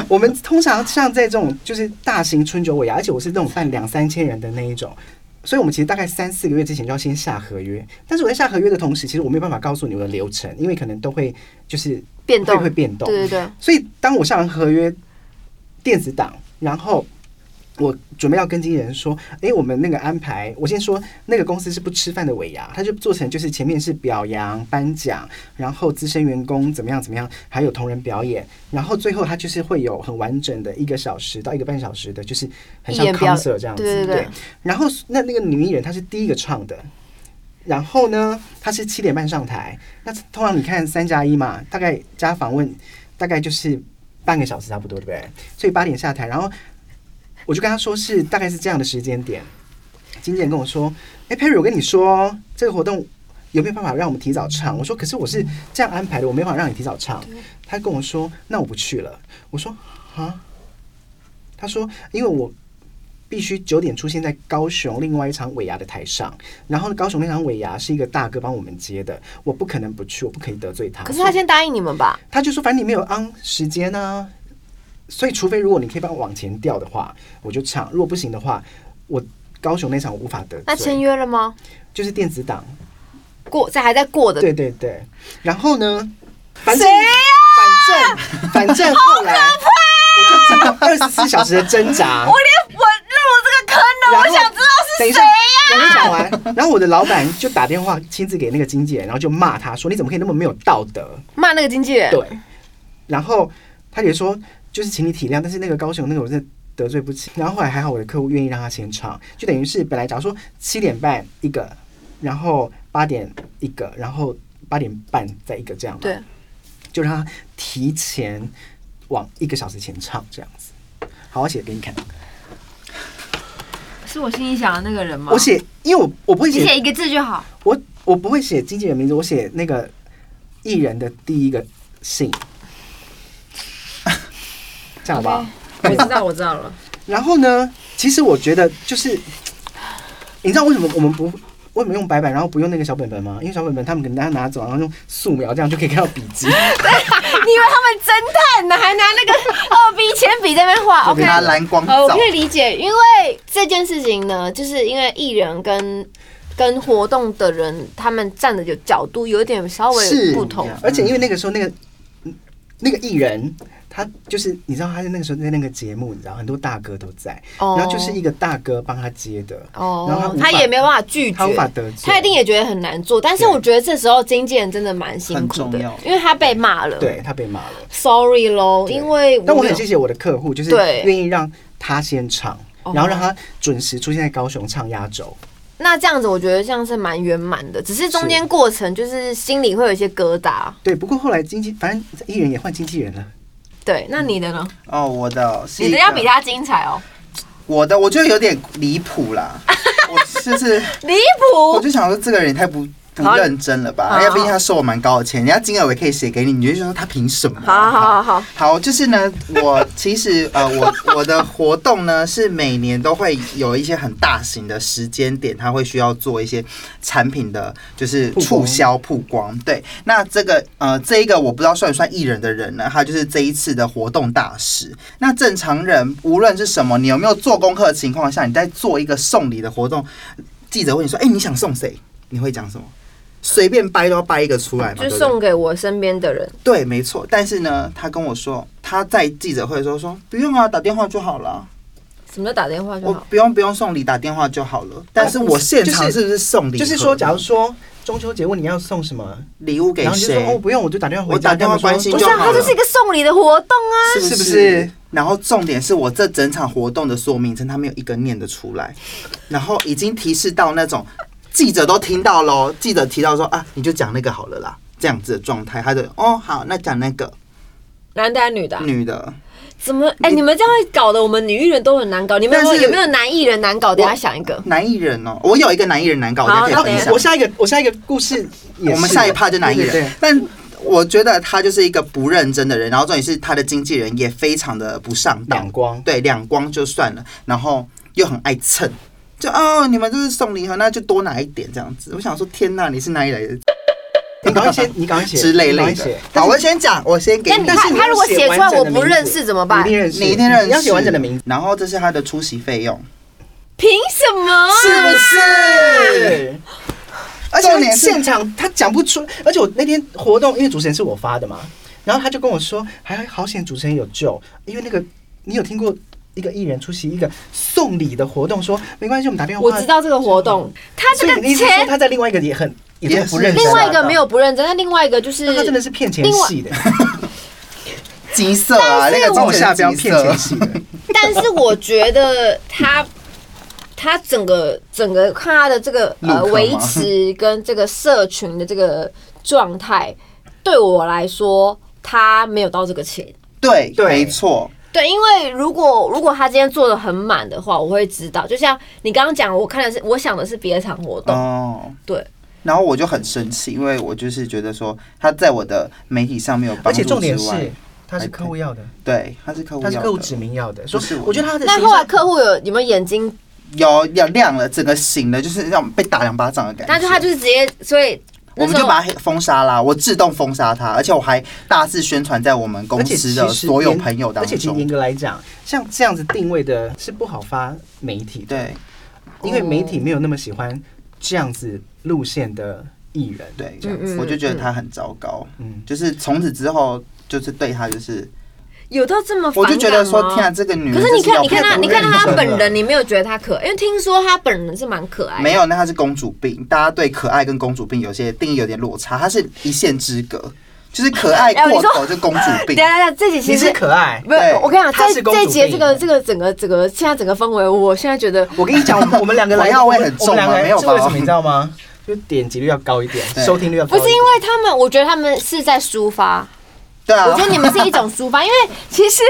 Speaker 2: 我们通常像在这种就是大型春酒尾牙，而且我是那种办两三千人的那一种，所以我们其实大概三四个月之前就要先下合约。但是我在下合约的同时，其实我没有办法告诉你我的流程，因为可能都会就是
Speaker 1: 变动
Speaker 2: 会会变动。
Speaker 1: 对对对，
Speaker 2: 所以当我下完合约电子档，然后我准备要跟经纪人说，诶，我们那个安排，我先说那个公司是不吃饭的尾牙，他就做成就是前面是表扬颁奖，然后资深员工怎么样怎么样，还有同人表演，然后最后他就是会有很完整的一个小时到一个半小时的，就是很像
Speaker 1: 一人表
Speaker 2: concert 这样子，
Speaker 1: 对对对
Speaker 2: 然后那那个女艺人她是第一个唱的。然后呢，她是七点半上台。那通常你看三加一嘛，大概加访问大概就是半个小时差不多，对不对？所以八点下台，然后我就跟他说是大概是这样的时间点。经纪人跟我说：“哎、佩瑞，我跟你说，这个活动有没有办法让我们提早唱？”我说：“可是我是这样安排的，我没办法让你提早唱。”他跟我说：“那我不去了。”我说：“啊？”他说：“因为我必须九点出现在高雄另外一场尾牙的台上，然后高雄那场尾牙是一个大哥帮我们接的，我不可能不去，我不可以得罪他。”
Speaker 1: 可是他先答应你们吧？
Speaker 2: 他就说反正你没有昂时间啊，所以除非如果你可以帮我往前调的话，我就唱；如果不行的话，我高雄那场我无法得
Speaker 1: 那签
Speaker 2: 罪，
Speaker 1: 约了吗？
Speaker 2: 就是电子档。
Speaker 1: 过在还在过的，
Speaker 2: 对对对，然后呢，反正、
Speaker 1: 啊
Speaker 2: 反正反正后来。我就经过二十四小时的挣扎，
Speaker 1: [LAUGHS] 我连我入这个坑了，
Speaker 2: 然
Speaker 1: 我
Speaker 2: 后
Speaker 1: 想知道
Speaker 2: 等一
Speaker 1: 是
Speaker 2: 下
Speaker 1: 谁啊呀、
Speaker 2: 我没讲完，然后我的老板就打电话亲自给那个经纪人，然后就骂他说：“你怎么可以那么没有道德？”
Speaker 1: 骂那个经纪人，
Speaker 2: 对，然后他也说，就是请你体谅，但是那个高雄那个我真的得罪不起。然后后来还好，我的客户愿意让他先唱，就等于是本来假如说七点半一个，然后八点一个，然后八点半再一个这样嘛，
Speaker 1: 对，
Speaker 2: 就让他提前往一个小时前唱这样子。好，我写给你看，
Speaker 1: 是我心里想的那个人吗
Speaker 2: 我写，因为我我不会
Speaker 1: 你
Speaker 2: 写
Speaker 1: 写一个字就好。
Speaker 2: 我我不会写经纪人名字，我写那个艺人的第一个姓，这样好不好？
Speaker 1: 我知道，我知道了。
Speaker 2: 然后呢，其实我觉得就是，你知道为什么我们不为什么用白板，然后不用那个小本本吗？因为小本本他们给大家拿走，然后用素描这样就可以看到笔
Speaker 1: [LAUGHS]
Speaker 2: 记。
Speaker 1: 你以为他们侦探呢？还拿那 [LAUGHS] 个二 B 铅笔在那边画？OK，
Speaker 3: 拿蓝光
Speaker 1: 呃，我
Speaker 3: 照
Speaker 1: 可，以理解，因为这件事情呢，就是因为艺人跟跟活动的人，他们站的有角度有点稍微
Speaker 2: 是
Speaker 1: 不同。
Speaker 2: 而且因为那个时候那个嗯那个艺人，他就是你知道他在那个时候在那个节目，你知道很多大哥都在，
Speaker 1: 哦
Speaker 2: 然后就是一个大哥帮他接的，然后他
Speaker 1: 哦
Speaker 2: 无，
Speaker 1: 他
Speaker 2: 法
Speaker 1: 也没有办法拒绝，
Speaker 2: 他无法得罪
Speaker 1: 他一定也觉得很难做。但是我觉得这时候经纪人真的蛮辛苦
Speaker 3: 很
Speaker 1: 的
Speaker 3: 重要，
Speaker 1: 因为他被骂了。
Speaker 2: 对他被骂了。
Speaker 1: ，sorry 喽，
Speaker 2: 对
Speaker 1: 哦因为
Speaker 2: 但我
Speaker 1: 没有
Speaker 2: 很谢谢我的客户，就是
Speaker 1: 对
Speaker 2: 愿意让他先唱，
Speaker 1: 哦
Speaker 2: 然后让他准时出现在高雄唱压轴。
Speaker 1: 那这样子，我觉得这样是蛮圆满的，只是中间过程就是心里会有一些疙瘩。
Speaker 2: 对，不过后来经纪，反正艺人也换经纪人了。
Speaker 1: 对，那你的呢？
Speaker 3: 哦，我的
Speaker 1: 嗯
Speaker 3: 是
Speaker 1: 你
Speaker 3: 一
Speaker 1: 的
Speaker 3: 个
Speaker 1: 要比他精彩哦，
Speaker 3: 我的，我觉得有点离
Speaker 1: [LAUGHS]
Speaker 3: 谱啦。我就是，
Speaker 1: 离
Speaker 3: 我
Speaker 1: 谱。
Speaker 3: 就想说这个人也太不不
Speaker 1: 哦好
Speaker 3: 认真了吧？
Speaker 1: 好
Speaker 3: 因为毕竟他收我蛮高的钱，人家金额我也可以写给你，你就觉得说他凭什么
Speaker 1: 好
Speaker 3: 啊？
Speaker 1: 好好好，
Speaker 3: 好，就是呢，我其实呃，我我的活动呢是每年都会有一些很大型的时间点，它会需要做一些产品的，就是
Speaker 2: 曝光
Speaker 3: 促销曝光。对，那这个呃，这一个我不知道算不算艺人的人呢，他就是这一次的活动大使。那正常人无论是什么，你有没有做功课的情况下，你在做一个送礼的活动，记者问你说：“哎、你想送谁？”你会讲什么？随便掰都要掰一个出来嘛，
Speaker 1: 就
Speaker 3: 对不对
Speaker 1: 送给我身边的人。
Speaker 3: 对，没错。但是呢，他跟我说，他在记者会的时候说，不用啊，打电话就好了，
Speaker 1: 什么叫打电话就
Speaker 3: 我
Speaker 2: 啊
Speaker 1: 好？
Speaker 3: 不用不用送礼，打电话就好了。但是我现场是不是送礼盒呢？
Speaker 2: 哦就是说，假如说中秋节问你要送什么，
Speaker 3: 礼物给
Speaker 2: 然后你就说哦
Speaker 3: 谁，
Speaker 2: 不用，我就打电话回
Speaker 3: 我
Speaker 2: 家。
Speaker 3: 打电话
Speaker 2: 他们说
Speaker 3: 关心
Speaker 1: 不
Speaker 3: 就是
Speaker 1: 啊，
Speaker 3: 好
Speaker 1: 它
Speaker 3: 了
Speaker 1: 就是一个送礼的活动啊。
Speaker 3: 是不
Speaker 2: 是不是
Speaker 3: 然后重点是我这整场活动的说明真他没有一个念得出来，然后已经提示到那种记者都听到喽，记者提到说啊，你就讲那个好了啦，这样子的状态，他就哦好，那讲那个
Speaker 1: 男的还是女的啊？
Speaker 3: 女的。
Speaker 1: 怎么？哎，你们这样会搞得我们女艺人都很难搞。你们有没
Speaker 3: 但
Speaker 1: 有
Speaker 3: 是
Speaker 1: 有没有男艺人难搞？等一下想一个。
Speaker 3: 男艺人哦，我有一个男艺人难搞，
Speaker 1: 好
Speaker 3: 我可以
Speaker 1: 那
Speaker 3: 分
Speaker 1: 等一
Speaker 3: 享
Speaker 2: 我。下一个我下一个故事也是，
Speaker 3: 我们下一趴就男艺
Speaker 2: 对对
Speaker 3: 人
Speaker 2: 对，
Speaker 3: 但我觉得他就是一个不认真的人，然后重点是他的经纪人也非常的不上当
Speaker 2: 两，光。
Speaker 3: 对，两光就算了，然后又很爱蹭，就哦，你们就是送礼盒，那就多拿一点这样子。我想说，天哪，你是哪里来的
Speaker 2: [LAUGHS] 你赶快写，你赶快写
Speaker 3: 之类
Speaker 2: 你赶
Speaker 3: 类
Speaker 2: 快
Speaker 3: 的
Speaker 2: 写？
Speaker 3: 好，我先讲，我先给
Speaker 1: 那
Speaker 3: 你
Speaker 1: 你
Speaker 2: 但是
Speaker 1: 看
Speaker 2: 你
Speaker 1: 他如果
Speaker 2: 要写
Speaker 1: 写出来
Speaker 2: 完整
Speaker 1: 我
Speaker 2: 的
Speaker 1: 不
Speaker 2: 名
Speaker 1: 认
Speaker 2: 字
Speaker 1: 识怎么
Speaker 2: 你
Speaker 1: 办
Speaker 2: 一？定认识，
Speaker 3: 你一定认识，
Speaker 2: 你要写完整的名字，
Speaker 3: 然后这是他的出席费用，
Speaker 1: 凭什么啊？
Speaker 3: 是不是？
Speaker 2: 对。而且
Speaker 3: 重点
Speaker 2: 他
Speaker 3: 是
Speaker 2: 现场他讲不出，而且我那天活动因为主持人是我发的嘛，然后他就跟我说，还好险主持人有救，因为那个你有听过一个艺人出席一个送礼的活动，说没关系，我们打电话。
Speaker 1: 我知，道这个活动，他
Speaker 2: 所
Speaker 1: 这个
Speaker 2: 以你的意思是说
Speaker 1: 钱，
Speaker 2: 他在另外一个也很也真的不认
Speaker 3: 也
Speaker 2: 真，
Speaker 3: 是
Speaker 1: 另外一个没有不认真，但另外一个就是
Speaker 2: 但他真的是骗钱戏的，
Speaker 3: 金色啊，那个
Speaker 2: 帮我
Speaker 3: 中
Speaker 2: 下
Speaker 3: 间
Speaker 2: 标
Speaker 3: 金
Speaker 2: 骗
Speaker 3: 色
Speaker 2: 钱，戏的，
Speaker 3: [LAUGHS]
Speaker 1: 但是我觉得他他整个整个看他的这个
Speaker 3: 路
Speaker 1: 呃
Speaker 3: 口吗
Speaker 1: 维持跟这个社群的这个状态，对我来说他没有到这个钱。
Speaker 3: 对，
Speaker 2: 对
Speaker 3: 没错。
Speaker 1: 对，因为如果如果他今天做的很满的话，我会知道。就像你刚刚讲，我看的是我想的是别的场活动，
Speaker 3: 哦，
Speaker 1: 对。
Speaker 3: 然后我就很生气，因为我就是觉得说他在我的媒体上面有帮
Speaker 2: 而
Speaker 3: 助
Speaker 2: 且重点
Speaker 3: 之
Speaker 2: 是
Speaker 3: 外，。
Speaker 2: 他是客户要的，
Speaker 3: 对，他是客户
Speaker 2: 他
Speaker 3: 要的，
Speaker 2: 是客户指名要的，所
Speaker 3: 不是
Speaker 2: 以
Speaker 3: 我
Speaker 2: 我觉得他的
Speaker 1: 那
Speaker 2: 形
Speaker 1: 后来
Speaker 2: 象
Speaker 1: 客户有有没有眼睛？
Speaker 3: 有要亮了，整个醒了，就是让我们被打两巴掌的感觉。
Speaker 1: 那就他就是直接，所以那
Speaker 3: 我们
Speaker 1: 时
Speaker 3: 就
Speaker 1: 候
Speaker 3: 把他黑封杀啦，我自动封杀他，而且我还大肆宣传在我们公
Speaker 2: 而且
Speaker 3: 司
Speaker 2: 其
Speaker 3: 的
Speaker 2: 实
Speaker 3: 所有
Speaker 2: 严
Speaker 3: 朋友当
Speaker 2: 而且其实严
Speaker 3: 中。
Speaker 2: 格来讲，像这样子定位的是不好发媒体的，
Speaker 3: 对
Speaker 2: 因为媒体没有那么喜欢这样子路线的艺人。
Speaker 3: 对，这样
Speaker 1: 嗯
Speaker 3: 子
Speaker 1: 嗯
Speaker 3: 我就觉得
Speaker 1: 嗯
Speaker 3: 他很糟糕，
Speaker 2: 嗯，
Speaker 3: 就是从此之后就是对他就是，
Speaker 1: 有到这么反
Speaker 3: 我
Speaker 1: 感
Speaker 3: 就
Speaker 1: 吗？
Speaker 3: 觉得说天啊，这个女人
Speaker 1: 可是
Speaker 3: 真
Speaker 1: 你看，
Speaker 3: 要
Speaker 1: 你看
Speaker 3: 被
Speaker 1: 他，
Speaker 3: 不
Speaker 1: 你看
Speaker 3: 认
Speaker 1: 他
Speaker 3: 真
Speaker 1: 本
Speaker 3: 了
Speaker 1: 人，你没有觉得他可爱，因为听说他本人是蛮可爱的。
Speaker 3: 没有，那她是公主病，大家对可爱跟公主病有些定义有点落差，她是一线之隔，就是可爱
Speaker 1: 哎
Speaker 3: 过
Speaker 1: 你说
Speaker 3: 头就公主
Speaker 1: [LAUGHS]
Speaker 3: 病
Speaker 1: 等一下，等一。下，啊这集
Speaker 2: 你
Speaker 1: 其
Speaker 2: 是
Speaker 1: 实
Speaker 2: 可爱。
Speaker 1: 不是
Speaker 3: 对
Speaker 1: 我跟你讲，
Speaker 2: 他
Speaker 1: 这
Speaker 2: 是公主
Speaker 1: 这一集的这个
Speaker 2: 病
Speaker 1: 这个整个整个现在整个氛围，我现在觉得
Speaker 2: 我跟你讲， [LAUGHS] 我们我们两个来
Speaker 3: 我要味很重
Speaker 2: 我们两
Speaker 3: 吗
Speaker 2: 个来
Speaker 3: 没有
Speaker 2: 是
Speaker 3: 吧
Speaker 2: 为什么你知道吗？就点击率要高一点，
Speaker 3: 对
Speaker 2: 收听率要高
Speaker 1: 不
Speaker 2: 一
Speaker 1: 是
Speaker 2: 点。
Speaker 1: 因为他们，我觉得他们是在抒发。
Speaker 3: 对啊，
Speaker 1: 我觉得你们是一种抒发，因为其实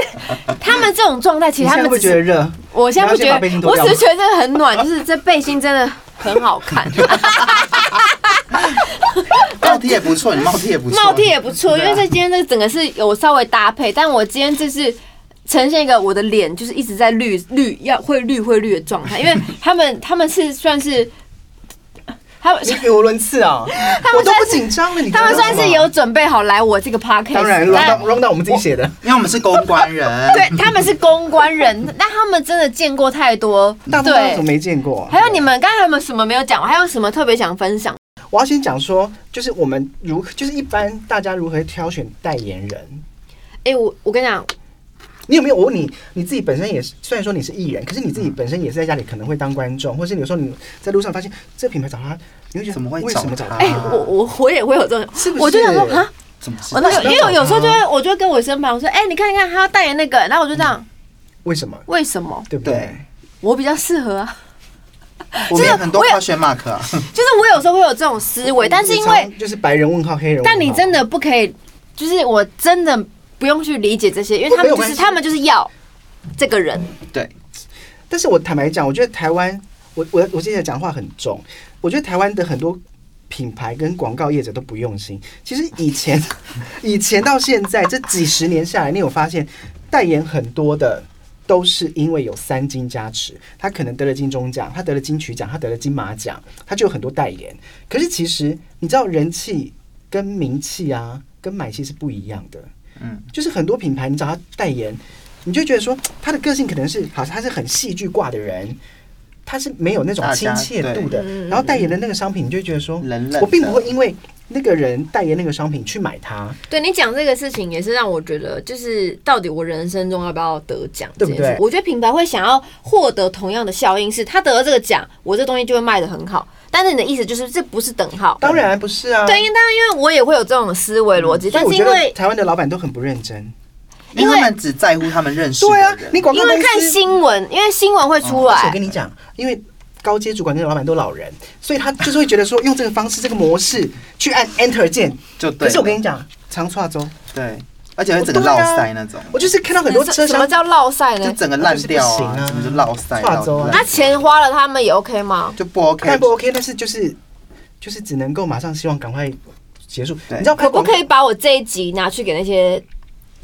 Speaker 1: 他们这种状态，其
Speaker 2: 你
Speaker 1: 实他
Speaker 2: 现在
Speaker 1: 们
Speaker 2: 会
Speaker 1: 只
Speaker 2: 觉得
Speaker 1: 是
Speaker 2: 热，
Speaker 1: 我现在不觉
Speaker 2: 你要先把背心
Speaker 1: 得，
Speaker 2: 脱
Speaker 1: 我
Speaker 2: 掉
Speaker 1: 只是觉得这个很暖，就是这背心真的很好看，
Speaker 2: [LAUGHS]
Speaker 3: 帽 T 也不错，你帽 T 也不错，
Speaker 1: 帽 T 也不错，因为
Speaker 3: 对啊
Speaker 1: 这今天这个整个是有稍微搭配，但我今天这是。呈现一个我的脸就是一直在绿绿要会绿会绿的状
Speaker 2: [LAUGHS]
Speaker 1: 态，因为他们他们是算是。他们
Speaker 2: 你语无伦次啊！我都不紧张了，你
Speaker 1: 他们算是有哎准备好来我这个 podcast，
Speaker 2: 当然 r
Speaker 1: 但
Speaker 2: o u n d 我们自己写的，
Speaker 3: 因为我们是公关人，
Speaker 1: 对，他们是公关人，但他们真的见过太多。
Speaker 2: 大部分
Speaker 1: 对
Speaker 2: 我没见过。啊
Speaker 1: 还有你们刚才有没有什么没有讲？还有什么特别想分享？
Speaker 2: 我要先讲说，就是我们如就是一般大家如何挑选代言人。
Speaker 1: 哎、我我跟你讲，
Speaker 2: 你有没有？我问你，你自己本身也是，虽然说你是艺人，可是你自己本身也是在家里可能会当观众，或是有时候你在路上发现这品牌找他，你会觉得
Speaker 3: 怎么会
Speaker 2: 为
Speaker 3: 找
Speaker 2: 什么找
Speaker 3: 他
Speaker 1: 哎、
Speaker 3: 啊
Speaker 1: 我我我也会有这种，
Speaker 2: 是不是
Speaker 1: 我就想说啊，
Speaker 3: 怎么知
Speaker 1: 我
Speaker 3: 道
Speaker 1: 那个因为
Speaker 2: 要找
Speaker 1: 有有时候就
Speaker 2: 他
Speaker 1: 会，我就会跟我身旁说，哎、你看你看，他要代言那个，然后我就这样，
Speaker 2: 为什么？
Speaker 1: 为什么
Speaker 2: 对不对？
Speaker 3: 对，
Speaker 1: 我比较适合啊？
Speaker 3: 我们
Speaker 1: 这个
Speaker 3: 有很多
Speaker 1: 我也
Speaker 3: 化学 mark 啊，
Speaker 1: [LAUGHS]
Speaker 3: [LAUGHS]
Speaker 1: 就是我有时候会有这种思维，但是因
Speaker 2: 我
Speaker 1: 为
Speaker 2: 常就是白人问号黑人问号，
Speaker 1: 但你真的不可以，就是我真的不用去理解这些，因为他们
Speaker 2: 没有
Speaker 1: 就
Speaker 2: 关
Speaker 1: 是
Speaker 2: 系
Speaker 1: 他们就是要这个人，
Speaker 3: 对，
Speaker 2: 但是我坦白讲，我觉得台湾，我我我现在讲话很重，我觉得台湾的很多品牌跟广告业者都不用心。其实以前，以前到现在这几十年下来，你有发现代言很多的。都是因为有三金加持，他可能得了金钟奖，他得了金曲奖，他得了金马奖，他就有很多代言。可是其实你知道，人气跟名气啊，跟买气是不一样的。
Speaker 3: 嗯，
Speaker 2: 就是很多品牌你找他代言，你就觉得说他的个性可能是好，他是很戏剧挂的人，他是没有那种
Speaker 3: 大
Speaker 2: 亲
Speaker 3: 家
Speaker 2: 切
Speaker 3: 对
Speaker 2: 度的。然后代言的那个商品，你就会觉得说，
Speaker 3: 冷冷
Speaker 2: 我并
Speaker 3: 的
Speaker 2: 不会因为那个人代言那个商品去买它。
Speaker 1: 对你讲这个事情，也是让我觉得，就是到底我人生中要不要得奖这
Speaker 2: 对
Speaker 1: 件
Speaker 2: 不
Speaker 1: 事，
Speaker 2: 对
Speaker 1: 我觉得品牌会想要获得同样的效应，是他得了这个奖，我这东西就会卖得很好。但是你的意思就是，这不是等号。
Speaker 2: 当然不是啊，嗯
Speaker 1: 对，因为当然，因为我也会有这种思维逻辑，
Speaker 2: 所
Speaker 1: 但
Speaker 2: 以我
Speaker 1: 是
Speaker 2: 觉
Speaker 1: 因
Speaker 2: 得
Speaker 1: 为
Speaker 2: 台湾的老板都很不认真。
Speaker 3: 因为他们只在乎他们认识
Speaker 2: 对啊
Speaker 3: 的，人
Speaker 2: 你，广告
Speaker 1: 因
Speaker 2: 公
Speaker 1: 为
Speaker 2: 司哦
Speaker 1: 看新闻，因为新闻会出
Speaker 2: 而且我
Speaker 1: 来，
Speaker 2: 跟你讲，因为高阶主管跟老板都老人，所以他就是会觉得说，用这个方式、这个模式去按 Enter 键。
Speaker 3: 就对
Speaker 2: 可
Speaker 3: 了。
Speaker 2: 是我跟你讲，长串州，
Speaker 3: 对，而且会整个落腮那种，
Speaker 2: 我就是看到很多车
Speaker 1: 什么
Speaker 2: 厢，
Speaker 1: 叫落赛
Speaker 3: 就
Speaker 1: 呢？
Speaker 3: 整个烂掉
Speaker 2: 就是
Speaker 3: 啊，整
Speaker 2: 不行啊
Speaker 3: 个就落腮
Speaker 2: 跨州啊
Speaker 1: 那钱花了，他们也 OK 吗？
Speaker 3: 就不 OK，
Speaker 2: 看不 OK，但是就是就是只能够马上希望赶快结束。你
Speaker 3: 对
Speaker 2: 知道拍
Speaker 1: 可不
Speaker 2: 广
Speaker 1: 可以把我这一集拿去给那些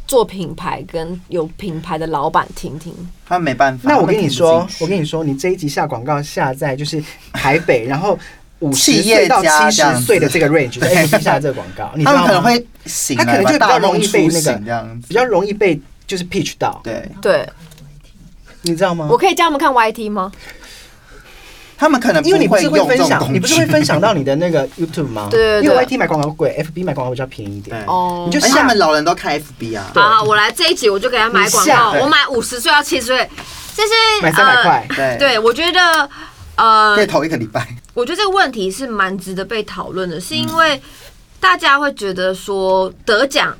Speaker 1: 做品牌跟有品牌的老板听听？
Speaker 3: 他们没办法。
Speaker 2: 那我跟你说
Speaker 3: 他们挺不进，去
Speaker 2: 我跟你说，你这一集下广告下在就是台北，然后五十
Speaker 3: 企业
Speaker 2: 岁
Speaker 3: 家
Speaker 2: 到七
Speaker 3: 这样
Speaker 2: 十
Speaker 3: 子
Speaker 2: 岁的这个 range，
Speaker 3: [LAUGHS] 对
Speaker 2: 哎，你下这个广告，你知
Speaker 3: 他
Speaker 2: 道吗？
Speaker 3: 们可能会醒来吧，
Speaker 2: 他可能就比较
Speaker 3: 大
Speaker 2: 容易
Speaker 3: 梦
Speaker 2: 被
Speaker 3: 初
Speaker 2: 那个
Speaker 3: 醒这样子，
Speaker 2: 比较容易被就是 pitch 到，
Speaker 3: 对
Speaker 1: 对
Speaker 2: 嗯你知道吗
Speaker 1: 我？可以教他们看 YT 吗？
Speaker 3: 他们可能
Speaker 2: 因为你
Speaker 3: 不
Speaker 2: 不
Speaker 3: 会
Speaker 2: 是会
Speaker 3: 用这
Speaker 2: 分
Speaker 3: 种
Speaker 2: 享，
Speaker 3: 工
Speaker 2: 你
Speaker 3: 具，
Speaker 2: 不是会分享到你的那个 YouTube 吗？
Speaker 1: 对对对
Speaker 2: 因为 YT 买广告贵，FB 买广告比较便宜一
Speaker 3: 对
Speaker 2: 点。
Speaker 1: 哦
Speaker 2: 嗯你就
Speaker 3: 而且
Speaker 2: 下
Speaker 3: 他们老人都看 FB 啊，
Speaker 1: 好好，我来这一集我就给他买广
Speaker 2: 你下
Speaker 1: 告，
Speaker 3: 对
Speaker 1: 我买五十岁到七十岁，这些
Speaker 2: 买三百块
Speaker 1: 呃
Speaker 3: 对
Speaker 1: 对，我觉得呃
Speaker 3: 可，以投一个礼拜，
Speaker 1: 我觉得这个问题是蛮值得被讨论的，是因为大家会觉得说得奖，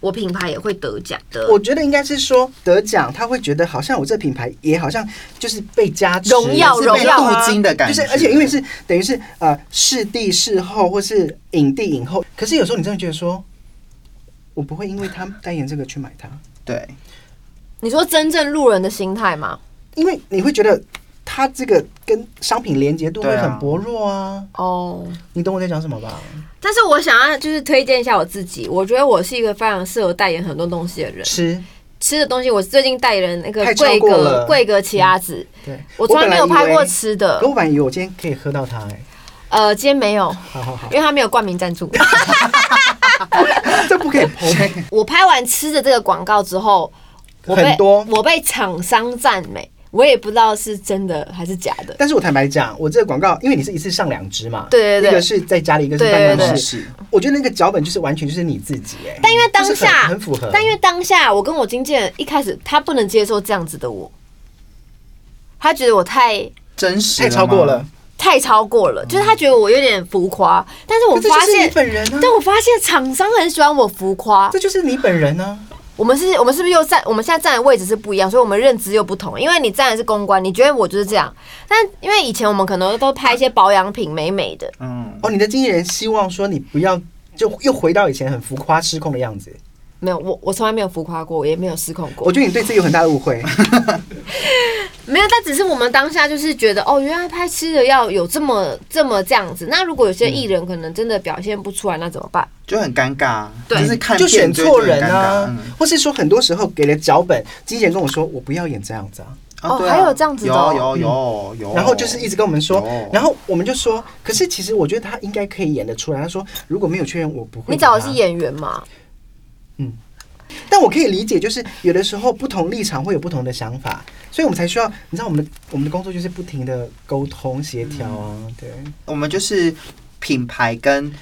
Speaker 1: 我品牌也会得奖的，
Speaker 2: 我觉得应该是说得奖，他会觉得好像我这品牌也好像就是被加持，
Speaker 1: 荣耀
Speaker 2: 是被
Speaker 1: 荣耀
Speaker 2: 镀
Speaker 3: 啊
Speaker 2: 金就是
Speaker 3: 对
Speaker 2: 而且因为是等于是呃视帝视后或是影帝影后，可是有时候你真的觉得说，我不会因为他代言这个去买它，
Speaker 3: 对，
Speaker 1: 你说真正路人的心态吗？
Speaker 2: 因为你会觉得它这个跟商品连接度会
Speaker 3: 对啊
Speaker 2: 很薄弱啊，
Speaker 1: 哦、
Speaker 2: 你懂我在讲什么吧？
Speaker 1: 但是我想要就是推荐一下我自己，我觉得我是一个非常适合代言很多东西的人。
Speaker 2: 吃，
Speaker 1: 吃的东西，我最近代言那个
Speaker 2: 太超
Speaker 1: 桂
Speaker 2: 过
Speaker 1: 格
Speaker 2: 了
Speaker 1: 桂格奇亚籽，
Speaker 2: 对
Speaker 1: 我从来没有拍
Speaker 2: [LAUGHS]
Speaker 1: 过吃
Speaker 2: 可
Speaker 1: 的。
Speaker 2: 我本来以为我今天可以喝到它，哎，
Speaker 1: 呃，今天没有，
Speaker 2: 好好好
Speaker 1: 因，为他没有冠名赞 [LAUGHS] 助。
Speaker 2: [LAUGHS] 这 [LAUGHS] 不可以剖，
Speaker 1: 我拍完吃的这个广告之后，我被
Speaker 2: 很多
Speaker 1: 我被厂商赞美，我也不知道是真的还是假的。
Speaker 2: 但是我坦白讲，我这个广告，因为你是一次上两支嘛，
Speaker 1: 对对对
Speaker 2: 一个是在家里，一个是
Speaker 1: 对对
Speaker 2: 办公
Speaker 1: 对
Speaker 2: 室。我觉得那个脚本就是完全就是你自己哎、
Speaker 1: 但因为当
Speaker 2: 就是很
Speaker 1: 下
Speaker 2: 很符合，
Speaker 1: 但因为当下我跟我经纪人一开始他不能接受这样子的我，他觉得我太
Speaker 3: 真实
Speaker 2: 太
Speaker 3: 吗
Speaker 2: 哎超过了，，
Speaker 1: 太超过了，就是他觉得我有点浮夸。但是我
Speaker 2: 嗯可这
Speaker 1: 发
Speaker 2: 就是你
Speaker 1: 现，
Speaker 2: 本人啊，
Speaker 1: 但我发现厂商很喜欢我浮夸
Speaker 2: 这。就是你本人啊，
Speaker 1: 我们是，我们是不是又站？我们现在站的位置是不一样，所以我们认知又不同。因为你站的是公关，你觉得我就是这样，但因为以前我们可能都拍一些保养品美美的，
Speaker 3: 嗯，
Speaker 2: 哦，你的经纪人希望说你不要就又回到以前很浮夸失控的样子，
Speaker 1: 没有，我我从来没有浮夸过，我也没有失控过
Speaker 2: 我。觉得你对自己有很大的误
Speaker 3: [LAUGHS]
Speaker 2: 会。
Speaker 1: 没有，但只是我们当下就是觉得，哦，原来拍吃的要有这么这么这样子。那如果有些艺人可能真的表现不出来，那怎么办？
Speaker 3: 就很尴尬，
Speaker 1: 对
Speaker 3: 就是看
Speaker 2: 就选
Speaker 3: 片
Speaker 2: 错
Speaker 3: 会觉得
Speaker 2: 人
Speaker 3: 很尴尬
Speaker 2: 啊
Speaker 3: 嗯，
Speaker 2: 或是说很多时候给了脚本，经纪人跟我说我不要演这样子啊，
Speaker 1: 哦
Speaker 3: 对啊
Speaker 1: 还有这样子的哦
Speaker 3: 有有有有，
Speaker 2: 然后就是一直跟我们说
Speaker 3: 有，
Speaker 2: 然后我们就说，可是其实我觉得他应该可以演得出来。他说如果没有确认，我不会。
Speaker 1: 你找的是，演员嘛？
Speaker 2: 但我可以理解，就是有的时候不同立场会有不同的想法，所以我们才需要，你知道我们的我们的工作就是不停的沟通协调啊，
Speaker 3: 嗯
Speaker 2: 对，
Speaker 3: 我们就是品牌跟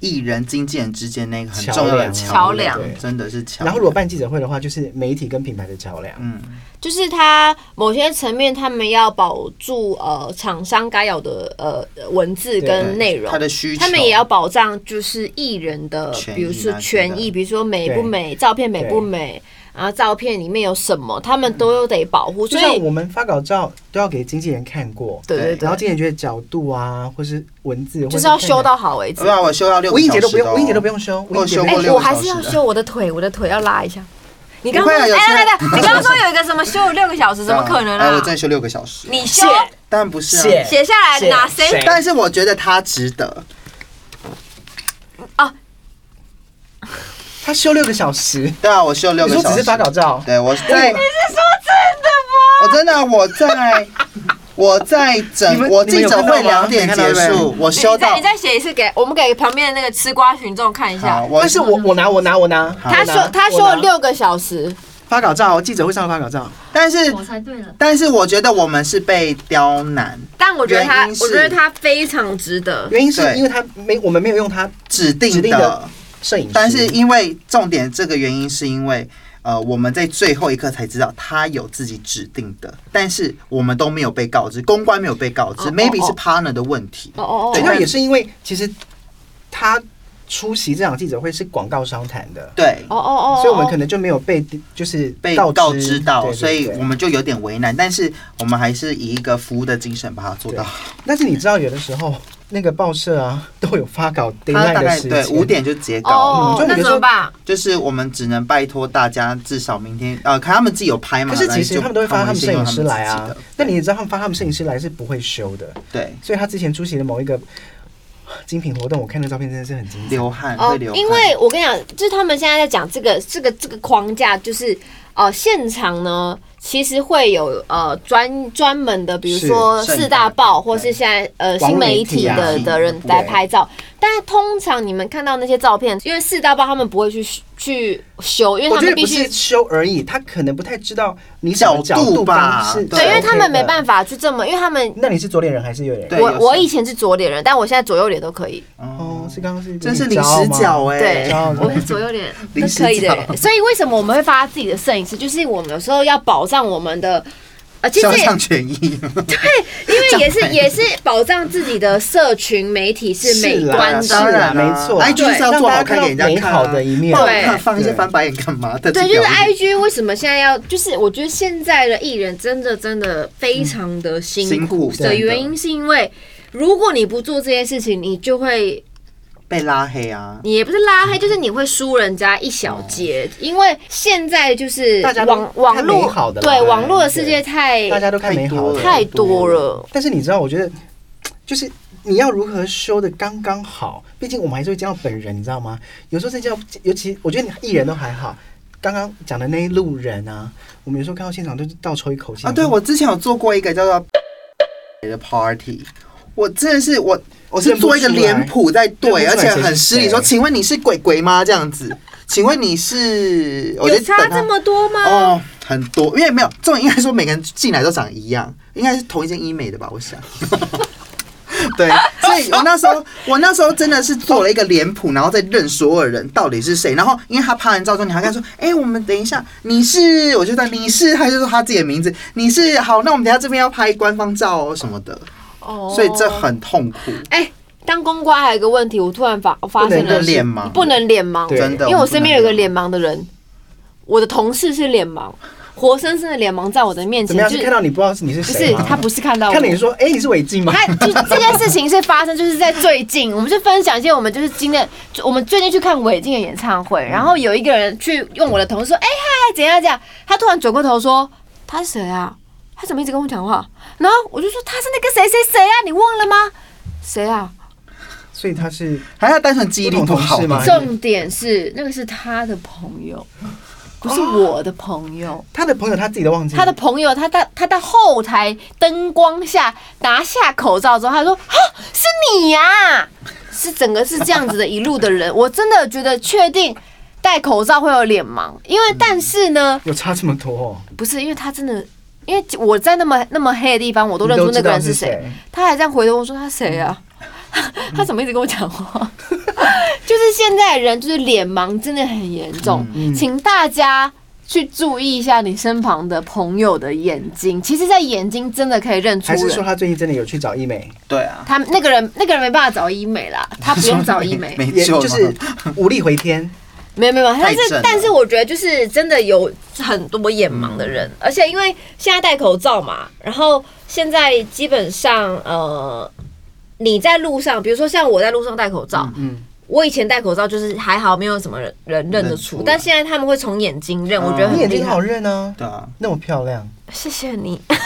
Speaker 3: 艺人、经纪人之间那个很重要的
Speaker 1: 桥
Speaker 3: 桥
Speaker 1: 梁
Speaker 2: 对
Speaker 3: 真的是桥梁。
Speaker 2: 然后如果办记者会的话，就是媒体跟品牌的桥梁。
Speaker 3: 嗯，
Speaker 1: 就是他某些层面，他们要保住呃厂商该有的呃文字跟
Speaker 3: 对
Speaker 1: 内容
Speaker 3: 他。的需求，
Speaker 1: 他们也要保障，就是艺人的，
Speaker 3: 权益
Speaker 1: 比如说
Speaker 3: 那些的
Speaker 1: 权益，比如说美不
Speaker 2: 对
Speaker 1: 美，照片美不美，然后照片里面有什么，他们都得保护。
Speaker 2: 就
Speaker 1: 所
Speaker 2: 像
Speaker 1: 以，
Speaker 2: 我们发稿照都要给经纪人看过，
Speaker 1: 对对
Speaker 2: 然后
Speaker 1: 对，
Speaker 2: 经纪人觉得角度啊，或是文字，
Speaker 1: 就
Speaker 2: 或
Speaker 1: 是要
Speaker 2: 看
Speaker 1: 修
Speaker 2: 起来
Speaker 1: 到好为止
Speaker 3: 对。啊，我修到六个
Speaker 2: 吴英
Speaker 3: 小
Speaker 2: 杰
Speaker 3: 时
Speaker 2: 都不
Speaker 3: 的哦，
Speaker 2: 用，吴英杰都不用修，吴英杰
Speaker 3: 我有修
Speaker 1: 哎
Speaker 3: 过，六
Speaker 1: 我
Speaker 3: 个小
Speaker 1: 还
Speaker 3: 时
Speaker 1: 是要
Speaker 3: 的
Speaker 1: 修我的腿，我的腿要拉一下。你刚
Speaker 3: 不
Speaker 1: 刚
Speaker 3: 会
Speaker 1: 说，哎
Speaker 3: 啊有时候
Speaker 1: 来来来，你刚刚说有一个什么修六个小时，怎么可能
Speaker 3: 哎，我
Speaker 1: 啊
Speaker 3: 真？的修六个小时，
Speaker 1: 你修
Speaker 3: 当然不是啊
Speaker 2: 谢。
Speaker 1: 写下来
Speaker 2: 写
Speaker 1: 哪谁
Speaker 2: 谁
Speaker 3: 但是我觉得他值得，
Speaker 2: 他修六个小时，
Speaker 3: 对啊，我修六
Speaker 2: 你
Speaker 3: 个
Speaker 2: 说
Speaker 3: 小
Speaker 2: 只
Speaker 3: 时。
Speaker 2: 是发稿照，
Speaker 3: 对我在，你是说真的吗？我真的，我
Speaker 1: [LAUGHS]
Speaker 3: 在，我在
Speaker 2: 你
Speaker 3: 整
Speaker 2: 们
Speaker 3: 我
Speaker 2: 你们
Speaker 3: 记
Speaker 2: 有
Speaker 3: 者
Speaker 2: 看到
Speaker 3: 会
Speaker 2: 吗
Speaker 3: 两点
Speaker 2: 你看
Speaker 3: 结
Speaker 2: 到对不对
Speaker 3: 束，我修
Speaker 1: 你再
Speaker 3: 到
Speaker 1: 你再写一次给我们给旁边的那个吃瓜群众看一下
Speaker 3: 啊好，。我
Speaker 2: 但是我我拿我拿我拿，
Speaker 3: 好
Speaker 1: 他
Speaker 2: 我拿
Speaker 1: 说他
Speaker 2: 我
Speaker 1: 说了
Speaker 2: 拿
Speaker 1: 六个小时，
Speaker 2: 发稿照，记者会上的发稿照，
Speaker 3: 但是
Speaker 4: 我猜对了，
Speaker 3: 但是我觉得我们是被刁难，
Speaker 1: 但我觉得他
Speaker 3: 原因是
Speaker 1: 我觉得他非常值得。
Speaker 2: 原因是
Speaker 3: 对
Speaker 2: 因为他没我们没有用他
Speaker 3: 指定
Speaker 2: 指定的摄影师，
Speaker 3: 但是因为重点这个原因是因为。呃，我们在最后一刻才知道他有自己指定的，但是我们都没有被告知，公关没有被告知、
Speaker 1: 哦
Speaker 3: m a y b e
Speaker 1: 哦
Speaker 3: 是 partner 的问题。
Speaker 1: 哦哦
Speaker 3: 对
Speaker 2: 主
Speaker 1: 哦，
Speaker 2: 要也是因为其实他出席这场记者会是广告商谈的，
Speaker 3: 对，
Speaker 1: 哦哦哦，
Speaker 2: 所以我们可能就没有被就是
Speaker 3: 被
Speaker 2: 告
Speaker 3: 告知到，
Speaker 2: 对对
Speaker 3: 所以
Speaker 2: 对
Speaker 3: 我们就有点为难，但是我们还是以一个服务的精神把它做到。
Speaker 2: 但是你知道有的时候那个报社啊都有发稿 d e
Speaker 3: 他
Speaker 2: a
Speaker 3: 大
Speaker 2: 的
Speaker 3: 概
Speaker 2: 时
Speaker 3: 对
Speaker 2: 间，
Speaker 3: 五点就截
Speaker 1: 哦
Speaker 3: 稿，
Speaker 1: 哦
Speaker 2: 嗯
Speaker 1: 哦
Speaker 2: 就，
Speaker 1: 那
Speaker 2: 比
Speaker 1: 怎
Speaker 2: 如说
Speaker 1: 么办？
Speaker 3: 就是我们只能拜托大家，至少明天呃，可他们自己有拍嘛，
Speaker 2: 可是
Speaker 3: 来
Speaker 2: 其实
Speaker 3: 就
Speaker 2: 他们都会发他们摄影师来
Speaker 3: 他们
Speaker 2: 啊
Speaker 3: 自己的，
Speaker 2: 那你也知道他们发他们摄影师来是不会修的，
Speaker 3: 对
Speaker 2: 所以他之前出席的某一个精品活动，我看那照片真的是很精彩。
Speaker 3: 流汗
Speaker 1: 哦
Speaker 3: 会，流汗，
Speaker 1: 因为我跟你讲，就是他们现在在讲这个这个这个框架，就是呃，现场呢其实会有呃专专门的，比如
Speaker 2: 是
Speaker 1: 说
Speaker 3: 盛
Speaker 1: 四大
Speaker 3: 大
Speaker 1: 报
Speaker 3: 对
Speaker 1: 或是现在呃
Speaker 2: 网
Speaker 1: 新媒
Speaker 2: 媒
Speaker 1: 体
Speaker 2: 体啊
Speaker 1: 的的人
Speaker 3: 对
Speaker 1: 来拍照，但是通常你们看到那些照片，因为四大报他们不会去去修，因为
Speaker 2: 我
Speaker 1: 他
Speaker 2: 觉
Speaker 1: 们
Speaker 2: 得
Speaker 1: 必
Speaker 2: 不
Speaker 1: 须
Speaker 2: 是。修而已，他可能不太知道你什么
Speaker 3: 角度
Speaker 2: 度
Speaker 3: 吧
Speaker 2: 是
Speaker 3: 对
Speaker 1: 对，因为他们没
Speaker 2: 法。
Speaker 1: 办法去这么，因为他们
Speaker 2: 那你是左脸人还是右脸人？
Speaker 3: 对
Speaker 1: 我
Speaker 3: 有时
Speaker 1: 我
Speaker 3: 候
Speaker 1: 以前是左脸人，但我现在左右脸都可以。
Speaker 2: 哦
Speaker 3: 哦，，
Speaker 2: 是刚刚是
Speaker 3: 真是临时角
Speaker 2: 欸
Speaker 3: 哎、
Speaker 1: 对
Speaker 2: 然后，
Speaker 1: 我是左右脸都
Speaker 3: 临时
Speaker 1: 可以的
Speaker 3: 找
Speaker 1: 人。所以为什么我们会发自己的摄影师？就是我们有时候要保障我们的，呃，其实
Speaker 3: 肖
Speaker 1: 也
Speaker 3: 像权益，
Speaker 1: 因为也是
Speaker 3: 障碍
Speaker 1: 也是保障自己的社群媒体是美
Speaker 2: 是啦啊
Speaker 1: 观
Speaker 2: 是
Speaker 1: 的。
Speaker 2: 啦没错
Speaker 3: ，I G 是要做好看给人家
Speaker 2: 让大家看到美
Speaker 3: 看啊
Speaker 2: 好的一面
Speaker 3: 不好
Speaker 1: 对
Speaker 3: 看 [LAUGHS] 放一些
Speaker 2: 对
Speaker 3: 翻白眼干嘛的？
Speaker 1: 对，就是
Speaker 3: 表演
Speaker 1: I G 为什么现在要？就是我觉得现在的艺人真的真的非常的辛
Speaker 3: 辛苦真
Speaker 1: 的
Speaker 3: 的
Speaker 1: 原因是因为，如果你不做这件事情，你就会
Speaker 3: 被拉黑啊，
Speaker 1: 你也不是拉黑，就是你会输人家一小截，因为现在就是
Speaker 2: 大家都
Speaker 1: 网网
Speaker 2: 看美好
Speaker 1: 络
Speaker 2: 的啦
Speaker 1: 对
Speaker 2: 对
Speaker 1: 网络的世界太
Speaker 2: 大家都看美好的
Speaker 3: 太多了
Speaker 1: 太多了，
Speaker 2: 但是你知道，我觉得就是你要如何修的刚刚好，毕竟我们还是会见到本人，你知道吗？有时候真的要，尤其我觉得你艺人都还好，刚刚讲的那一路人啊，我们有时候看到现场都是倒抽一口气
Speaker 3: 啊！对，我之前有做过一个叫做的 party，我真的是我我是
Speaker 2: 认不
Speaker 3: 做一个
Speaker 2: 出来
Speaker 3: 脸谱在对，
Speaker 2: 认
Speaker 3: 而
Speaker 2: 不出来
Speaker 3: 且
Speaker 2: 谁是
Speaker 3: 很失礼，
Speaker 2: 谁
Speaker 3: 说请问你是鬼鬼吗？这样子，请问你是？我就
Speaker 1: 有差
Speaker 3: 等他
Speaker 1: 这么多吗？
Speaker 3: 哦，很多，因为没有这种，应该说每个人进来都长一样，应该是同一间医美的吧，我想。 [LAUGHS] 对，所以我那时候，我那时候真的是做了一个脸谱，然后再认所有人到底是谁。然后，因为他拍完照之后，你还跟他说：“哎、我们等一下，你是？”我就在你是，他就说他自己的名字，你是好，那我们等一下这边要拍官方照哦什么的，
Speaker 1: 哦
Speaker 3: 所以这很痛苦，
Speaker 1: 哎。当公关还有一个问题，我突然发发现
Speaker 2: 不
Speaker 1: 了
Speaker 2: 能
Speaker 1: 是
Speaker 3: 脸盲
Speaker 1: 不能脸盲，
Speaker 2: 对
Speaker 3: 真的。
Speaker 1: 因为我身边有一个
Speaker 3: 不能
Speaker 1: 脸盲的人，我的同事是脸盲，活生生的脸盲在我的面
Speaker 2: 怎
Speaker 1: 前，
Speaker 2: 么样？
Speaker 1: 就是
Speaker 2: 看到你不知道是你是
Speaker 1: 不是
Speaker 2: 谁吗？
Speaker 1: 他不是看到我，
Speaker 2: 看你说，哎，你是违禁吗？
Speaker 1: 他就是这件事情是发生，就是在最近，我们就分享一些我们就是今天，我们最近去看韦静的演唱会，然后有一个人去用我的同事说，哎、嗨，怎样怎样，他突然转过头说，他是谁啊？他怎么一直跟我讲话？然后我就说他是那个谁谁谁啊，你忘了吗？谁啊？
Speaker 2: 所以他是
Speaker 3: 还要单纯记忆力不
Speaker 2: 不同
Speaker 3: 好
Speaker 2: 同事吗
Speaker 1: 重点是那个是他的朋友，不是我的朋友。
Speaker 2: 他的朋友，他自己都忘记了。
Speaker 1: 他的朋友，他在他在后台灯光下拿下口罩之后，他说：“啊，是你呀、是整个是这样子的一路的人， [LAUGHS] 我真的觉得确定戴口罩会有脸盲，因为但是呢，
Speaker 2: 有差这么多哦，
Speaker 1: 不是因为他真的，因为我在那么那么黑的地方，我都认出那个人是
Speaker 2: 你都
Speaker 1: 谁
Speaker 2: 知道是谁，
Speaker 1: 他还这样回头我说他谁啊？
Speaker 2: 嗯
Speaker 1: [LAUGHS] 他怎么一直跟我讲话？ [LAUGHS] 就是现在人就是脸盲真的很严重，
Speaker 2: 嗯
Speaker 1: 请大家。去注意一下你身旁的朋友的眼睛，其实，在眼睛真的可以认出
Speaker 2: 还是说
Speaker 1: 人。
Speaker 2: 他最近真的有去找医美？
Speaker 3: 对啊，
Speaker 1: 他那个人，那个人没办法找医美啦，他不用找医
Speaker 2: [LAUGHS]
Speaker 1: 美，
Speaker 3: 没
Speaker 2: 也
Speaker 3: 救了
Speaker 2: 就是无力回天。
Speaker 1: 没有没有，但
Speaker 3: 太正
Speaker 1: 是
Speaker 3: 了
Speaker 1: 但是我觉得就是真的有很多眼盲的
Speaker 3: 嗯
Speaker 1: 人，而且因为现在戴口罩嘛，然后现在基本上呃，你在路上，比如说像我在路上戴口罩，
Speaker 2: 嗯，
Speaker 1: 我以前戴口罩就是还好没有什么人人认得
Speaker 3: 认
Speaker 1: 出
Speaker 3: 出，来
Speaker 1: 但现在他们会从眼睛认，
Speaker 3: 哦
Speaker 1: 我觉得
Speaker 2: 你
Speaker 1: 很
Speaker 2: 眼
Speaker 1: 厉
Speaker 2: 睛
Speaker 1: 害
Speaker 2: 好。认啊，
Speaker 3: 对啊，
Speaker 2: 那么漂亮。
Speaker 1: 谢谢你。 [LAUGHS]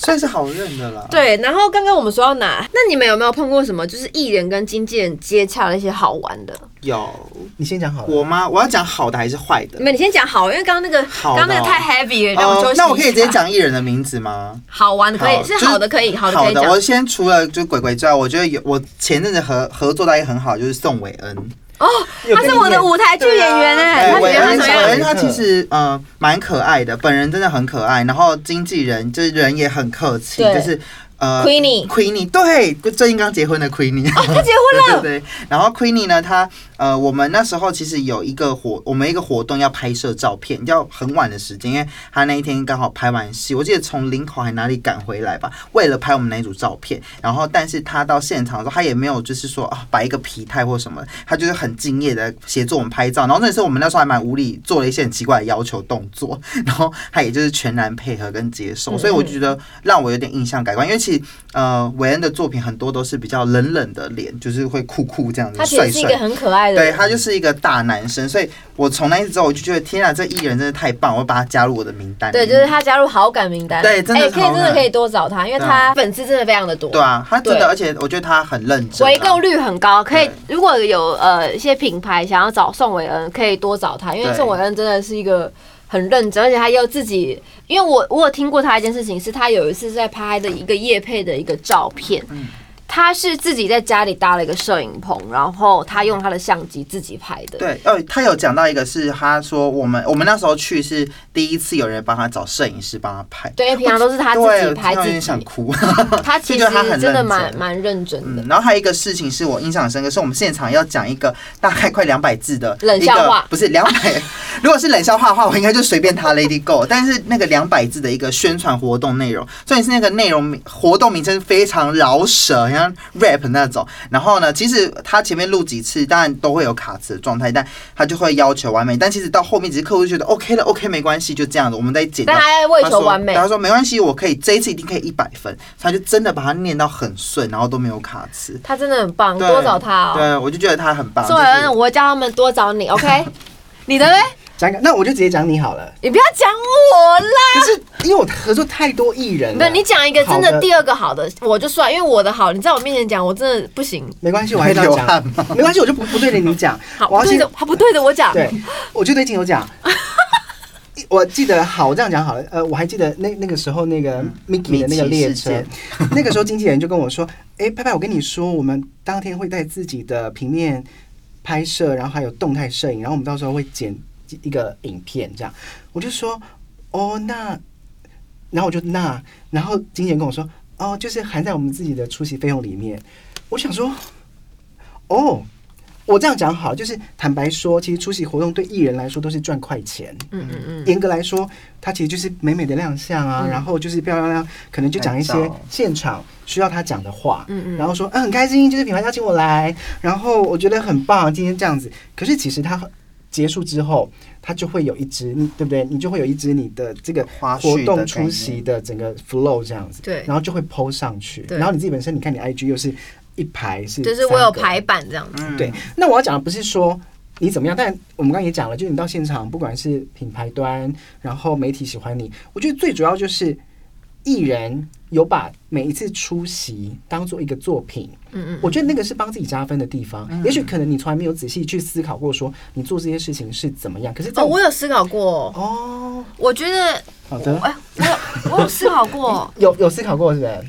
Speaker 3: 算是好认的啦。
Speaker 1: 对，然后刚刚我们说到哪？那你们有没有碰过什么就是艺人跟经纪人接洽的一些好玩的？
Speaker 3: 有
Speaker 2: 你先讲好了。
Speaker 3: 我吗？我要讲好的还是坏的
Speaker 1: 你？们你先讲好，因为刚刚那个
Speaker 3: 好
Speaker 1: 刚
Speaker 3: 的
Speaker 1: 刚那个
Speaker 3: 哦
Speaker 1: 太 heavy 嗯了，让我
Speaker 3: 哦
Speaker 1: 休息一下。
Speaker 3: 那我可以直接讲艺人的名字吗？
Speaker 1: 好玩的，可以是
Speaker 3: 就是
Speaker 1: 好的，可以好的可
Speaker 3: 好
Speaker 1: 以讲
Speaker 3: 的，。我先除了就鬼鬼之外，我觉得有我前阵子合合作到一个很好，就是宋伟恩，
Speaker 1: 哦，
Speaker 2: 有
Speaker 1: 他
Speaker 2: 跟
Speaker 1: 是
Speaker 2: 你
Speaker 1: 我的
Speaker 2: 演
Speaker 1: 舞台剧演员哎、他
Speaker 2: 对啊
Speaker 1: 觉
Speaker 3: 伟
Speaker 1: 得他
Speaker 3: 恩，
Speaker 1: 怎
Speaker 3: 宋
Speaker 1: 么
Speaker 3: 伟
Speaker 1: 样？
Speaker 3: 恩他其实呃蛮可爱的，本人真的很可爱，然后经纪人就是人也很客气，
Speaker 1: 对
Speaker 3: 就是呃
Speaker 1: Queenie 哦
Speaker 3: Queenie 对，最近刚结婚的 Queenie，
Speaker 1: 他结婚
Speaker 3: 对对
Speaker 1: 了，
Speaker 3: 对，然后 Queenie 呢，她呃，我们那时候其实有一个活，我们一个活动要拍摄照片，要很晚的时间，因为她那一天刚好拍完戏，我记得从林口还哪里赶回来吧，为了拍我们那一组照片。然后，但是她到现场的时候，她也没有就是说啊摆一个疲态或什么，她就是很敬业的协助我们拍照。然后那时候我们那时候还蛮无理，做了一些很奇怪的要求动作，然后她也就是全然配合跟接受，所以我觉得让我有点印象改观，因为其实呃，韦恩的作品很多都是比较冷冷的脸，就是会酷酷这样子，
Speaker 1: 他其
Speaker 3: 帅
Speaker 1: 实是一个
Speaker 3: 帅。
Speaker 1: 很可爱的
Speaker 3: 对
Speaker 1: 人。
Speaker 3: 他就是一个大男生，所以我从那一次之后，我就觉得天啊，这艺人真的太棒，我会把他加入我的名单里
Speaker 1: 对，
Speaker 3: 面。
Speaker 1: 就是他加入好感名单，
Speaker 3: 对真的
Speaker 1: 哎可以
Speaker 3: 好
Speaker 1: 真
Speaker 3: 感
Speaker 1: 的可以多找他，因为他粉丝真的非常的多，
Speaker 3: 对啊，他真
Speaker 1: 对
Speaker 3: 的，而且我觉得他很认真、啊。
Speaker 1: 回购率很高，可以
Speaker 3: 对
Speaker 1: 如果有呃一些品牌想要找宋伟恩，可以多找他，因为
Speaker 3: 对
Speaker 1: 宋伟恩真的是一个很认真，而且他又自己，因为我我有听过他一件事情，是他有一次在拍的一个夜配的一个照片。
Speaker 3: 嗯
Speaker 1: 他是自己在家里搭了一个摄影棚，然后他用他的相机自己拍的。
Speaker 3: 对，呃，他有讲到一个是，他说我们我们那时候去是第一次有人帮他找摄影师帮他拍，
Speaker 1: 对，因为平常都是他自
Speaker 3: 对，
Speaker 1: 己
Speaker 3: 我
Speaker 1: 拍
Speaker 3: 听到有
Speaker 1: 自
Speaker 3: 点想
Speaker 1: 己，
Speaker 3: 哭。
Speaker 1: 他其实
Speaker 3: 就觉得他很认
Speaker 1: 真的
Speaker 3: 真
Speaker 1: 蛮蛮认真的
Speaker 3: 嗯，。然后还有一个事情是我印象很深刻，是我们现场要讲一个大概快两百字的
Speaker 1: 冷
Speaker 3: 一
Speaker 1: 笑
Speaker 3: 个
Speaker 1: 话
Speaker 3: 不是两百， [LAUGHS] 如果是冷笑话的话，我应该就随便他 Lady Go。但是那个两百字的一个宣传活动内容，重点是那个内容名活动名称非常饶舌，像 rap 那种。然后呢，其实他前面录几次，当然都会有卡词的状态，但他就会要求完美。但其实到后面，只是客户就觉得 OK 了，OK 没关系，就这样子，我们再剪
Speaker 1: 但。
Speaker 3: 掉
Speaker 1: 他在为
Speaker 3: 他
Speaker 1: 求
Speaker 3: 说
Speaker 1: 完美
Speaker 3: 他，说没关系，我可以这一次一定可以一百分。他就真的把它念到很顺，然后都没有卡词。
Speaker 1: 他真的很棒，
Speaker 3: 对
Speaker 1: 多找他哦。
Speaker 3: 对，我就觉得他很
Speaker 2: 啊
Speaker 3: 棒。
Speaker 1: 宋伟
Speaker 3: 就是
Speaker 1: 恩，我会叫他们多找
Speaker 2: [LAUGHS]
Speaker 1: 你，OK？你的嘞？
Speaker 2: 讲一个，那我就直接讲你好了。
Speaker 1: 你不要讲我啦！
Speaker 2: 可是因为我合作太多艺人了，
Speaker 1: 没有，你讲一个真
Speaker 2: 嗯好
Speaker 1: 的第二个好的，我就算，因为我的好，你在我面前讲，我真的不行。
Speaker 2: 没关系，我还是
Speaker 3: 流
Speaker 1: [LAUGHS]
Speaker 2: 要
Speaker 3: 汗
Speaker 1: 啊
Speaker 2: 讲。没关系，我就不不对着你讲。
Speaker 1: 好，
Speaker 2: 我
Speaker 1: 不
Speaker 2: 要
Speaker 1: 对
Speaker 2: 先
Speaker 1: 的，他不对的，我讲。
Speaker 2: 对，我就对镜头讲。我记得好，我这样讲好了。呃，我还记得那那个时候那个嗯 Mickey 的那个列车
Speaker 3: 米奇
Speaker 2: [LAUGHS]
Speaker 3: 事，
Speaker 2: 那个时候经纪人就跟我说：“哎、拍拍，我跟你说，我们当天会带自己的平面拍摄，然后还有动态摄影，然后我们到时候会剪一个影片这样。”我就说：“哦，那……然后我就那……然后经纪人跟我说：‘哦，就是含在我们自己的出席费用里面。’我想说，哦。”我这样讲好，就是坦白说，其实出席活动对艺人来说都是赚快钱。
Speaker 1: 嗯嗯嗯，
Speaker 2: 严格来说，它其实就是美美的亮相啊，然后就是漂漂亮亮，可能就讲一些
Speaker 3: 拍照
Speaker 2: 现场需要他讲的话，
Speaker 1: 嗯嗯
Speaker 2: 然后说，嗯，很开心，就是品牌邀请我来，然后我觉得很棒，今天这样子。可是其实他结束之后，它就会有一支，你对不对？你就会有一支你的这个
Speaker 3: 花絮
Speaker 2: 活
Speaker 3: 的
Speaker 2: 动
Speaker 3: 概
Speaker 2: 出
Speaker 3: 念
Speaker 2: 席的整个 flow 这样子，
Speaker 1: 对
Speaker 2: 然后就会 PO 上去，
Speaker 1: 对
Speaker 2: 然后你自己本身，你看你 IG 又是一排是，
Speaker 1: 嗯就是我有排。版这样子，
Speaker 3: 嗯
Speaker 2: 对，那我要讲的不是说你怎么样，但我们刚刚也讲了，就是你到现场，不管是品牌端，然后媒体喜欢你，我觉得最主要就是艺人有把每一次出席当做一个作品，
Speaker 1: 嗯嗯，
Speaker 2: 我觉得那个是帮自己加分的地方。也许可能你从来没有仔细去思考过，说你做这些事情是怎么样，可是在
Speaker 1: 哦，我有思考过，
Speaker 2: 哦，
Speaker 1: 我觉得，
Speaker 2: 好的，，
Speaker 1: 哎，我有我有思考过
Speaker 2: 有有思考过是不是？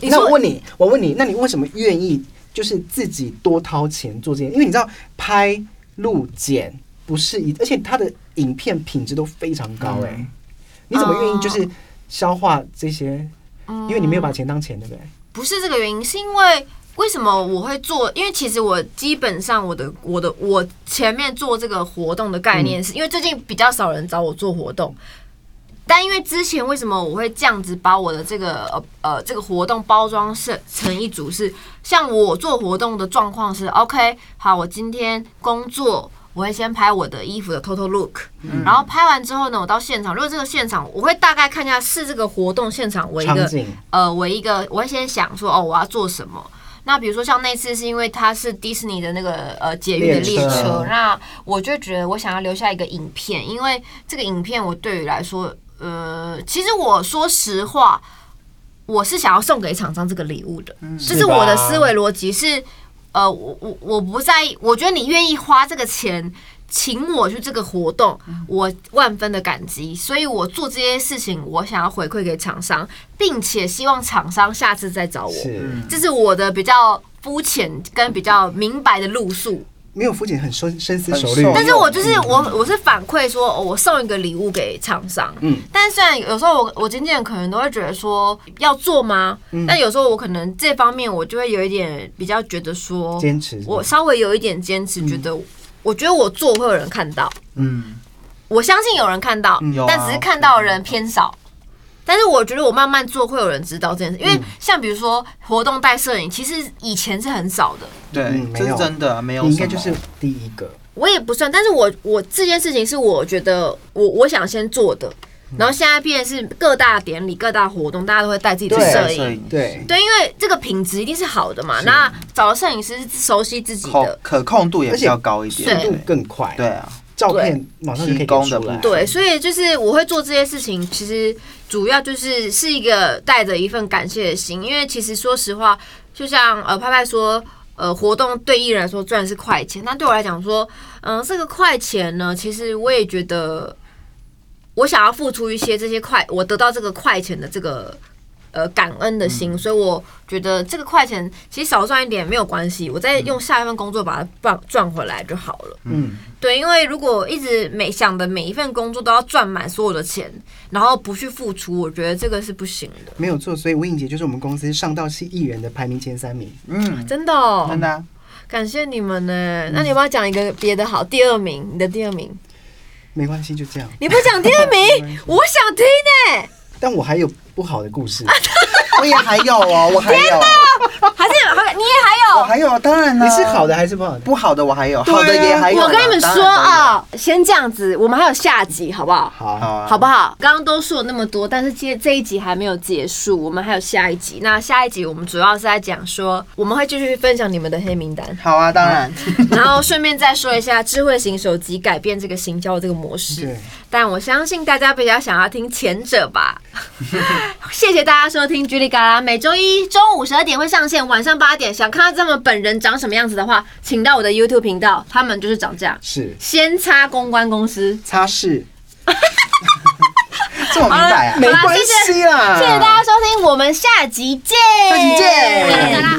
Speaker 1: 你
Speaker 2: 那
Speaker 1: 说
Speaker 2: 我问你，我问你，那你为什么愿意就是自己多掏钱做这件？因为你知道拍、录、剪不是一，而且它的影片品质都非常
Speaker 1: 嗯
Speaker 2: 高哎、你怎么愿意
Speaker 1: 哦
Speaker 2: 就是消化这些？因为你没有把钱当钱，对不对？
Speaker 1: 不是这个原因，是因为为什么我会做？因为其实我基本上我的我的我前面做这个活动的概
Speaker 2: 嗯
Speaker 1: 念是，因为最近比较少人找我做活动。但因为之前为什么我会这样子把我的这个呃呃这个活动包装是成一组是像我做活动的状况是 OK 好，我今天工作我会先拍我的衣服的 total look，、然
Speaker 2: 嗯
Speaker 1: 后拍完之后呢，我到现场，如果这个现场我会大概看一下是这个活动现场为一
Speaker 2: 场
Speaker 1: 个
Speaker 2: 景
Speaker 1: 呃，我一个我会先想说哦，我要做什么。那比如说像那次是因为它是迪士尼的那个呃捷运的列
Speaker 2: 列车
Speaker 1: 车，那我就觉得我想要留下一个影片，因为这个影片我对于来说，呃，其实我说实话，我是想要送给厂商这个礼物的，这
Speaker 2: 是
Speaker 1: 是我的
Speaker 2: 吧
Speaker 1: 思维逻辑是，呃，我我我不在意，我觉得你愿意花这个钱。请我去这个活动，
Speaker 2: 嗯
Speaker 1: 我万分的感激，所以我做这些事情，我想要回馈给厂商，并且希望厂商下次再找我。嗯
Speaker 2: 是
Speaker 1: 这是我的比较肤浅跟比较明白的路数。
Speaker 2: 没有肤浅，很深深思
Speaker 3: 很
Speaker 2: 熟虑
Speaker 3: 瘦。
Speaker 1: 但是我就是我，我是反馈说，哦我送一个礼物给厂商。
Speaker 2: 嗯
Speaker 1: 嗯，但虽然有时候我我经纪人可能都会觉得说要做吗？但有时候我可能这方面我就会有一点比较觉得说，
Speaker 2: 坚持
Speaker 1: 我稍微有一点坚持，觉得我觉得我做会有人看到，
Speaker 3: 嗯，
Speaker 1: 我相信有人看到
Speaker 3: 有啊，
Speaker 1: 但只是看到的人偏少。但是我觉得我慢慢做会有人知道这件事，因为像比如说活动带摄影，其实以前是很少的，
Speaker 3: 对
Speaker 2: 嗯，没
Speaker 3: 这是
Speaker 2: 有
Speaker 3: 真的，没有
Speaker 2: 你
Speaker 3: 什么，
Speaker 2: 应该就是第一个。
Speaker 1: 我也不算，但是我我这件事情是我觉得我我想先做的，然后现在变成是各大典礼、各大活动，大家都会带自己的
Speaker 2: 对
Speaker 1: 摄
Speaker 3: 摄
Speaker 1: 影。
Speaker 3: 影
Speaker 2: 对，
Speaker 1: 对，因为这个品质一定是好的嘛。那找了摄影师是熟悉自己
Speaker 3: 可
Speaker 1: 的，
Speaker 3: 可控度也比较高一
Speaker 1: 而
Speaker 3: 点，
Speaker 1: 且
Speaker 2: 速度
Speaker 3: 对
Speaker 2: 更快，
Speaker 3: 对，啊，
Speaker 2: 照片马上就可以给
Speaker 3: 提供的
Speaker 2: 出来。
Speaker 1: 嗯
Speaker 3: 部分
Speaker 1: 对，所以就是我会做这些事情，其实主要就是是一个带着一份感谢的心，因为其实说实话，就像呃拍拍说，呃活动对艺人来说赚的是快钱，那对我来讲说，嗯、这个快钱呢，其实我也觉得我想要付出一些这些快，我得到这个快钱的这个呃感恩的心，所以我觉得这个快钱其实少赚一点没有关系，我再用下一份工作把它赚赚回来就好了。
Speaker 2: 嗯，
Speaker 1: 对，因为如果一直每想的每一份工作都要赚满所有的钱，然后不去付出，我觉得这个是不行的，
Speaker 2: 没有错。所以吴颖杰就是我们公司上到系艺人的排名前三名。
Speaker 3: 嗯，
Speaker 1: 真的、哦。
Speaker 2: [LAUGHS]
Speaker 3: 真的啊，嗯
Speaker 1: 感谢你们呢。那你要不要讲一个别的好？第二名，你的第二名，
Speaker 2: 没关系，就这样。
Speaker 1: 你不讲第二
Speaker 3: [LAUGHS]
Speaker 1: 名，我想听呢、
Speaker 2: 但我还有不好的故事，
Speaker 3: 啊我也还有哦，我还有，
Speaker 1: 还是还你也还
Speaker 3: 我
Speaker 1: 有？
Speaker 3: 还有，当然了，
Speaker 2: 你是好的还是不好的？
Speaker 3: 不好的我还有，
Speaker 2: 对啊
Speaker 3: 好的也 [LAUGHS] 还有啦。
Speaker 1: 我跟你们
Speaker 3: 当
Speaker 1: 说
Speaker 3: 然都有，
Speaker 1: 啊、先这样子，我们还有下集，好不好？
Speaker 2: 好，
Speaker 3: 好啊，
Speaker 1: 好不好？刚刚都说了那么多，但是今天这一集还没有结束，我们还有下一集。那下一集我们主要是在讲说，我们会继续分享你们的黑名单。
Speaker 3: 好啊，
Speaker 2: [LAUGHS]
Speaker 3: 当然，
Speaker 1: 然后顺便再说一下，智慧型手机改变这个行销的这个模式
Speaker 2: 对。，
Speaker 1: 但我相信大家比较想要听前者吧。 [LAUGHS] 谢谢大家收听《居里嘎啦》，每周一中午十二点会上线，晚上八点。想看到他们本人长什么样子的话，请到我的 YouTube 频道，他们就是长这样。
Speaker 2: 是
Speaker 1: 先擦公关公司，
Speaker 2: 擦拭，
Speaker 3: 这么明白啊
Speaker 1: 好
Speaker 2: 没
Speaker 1: 啦
Speaker 2: 关系啦。
Speaker 1: 谢谢大家收听，我们下集见，
Speaker 2: 下集
Speaker 1: 嘎
Speaker 2: 见
Speaker 1: 啦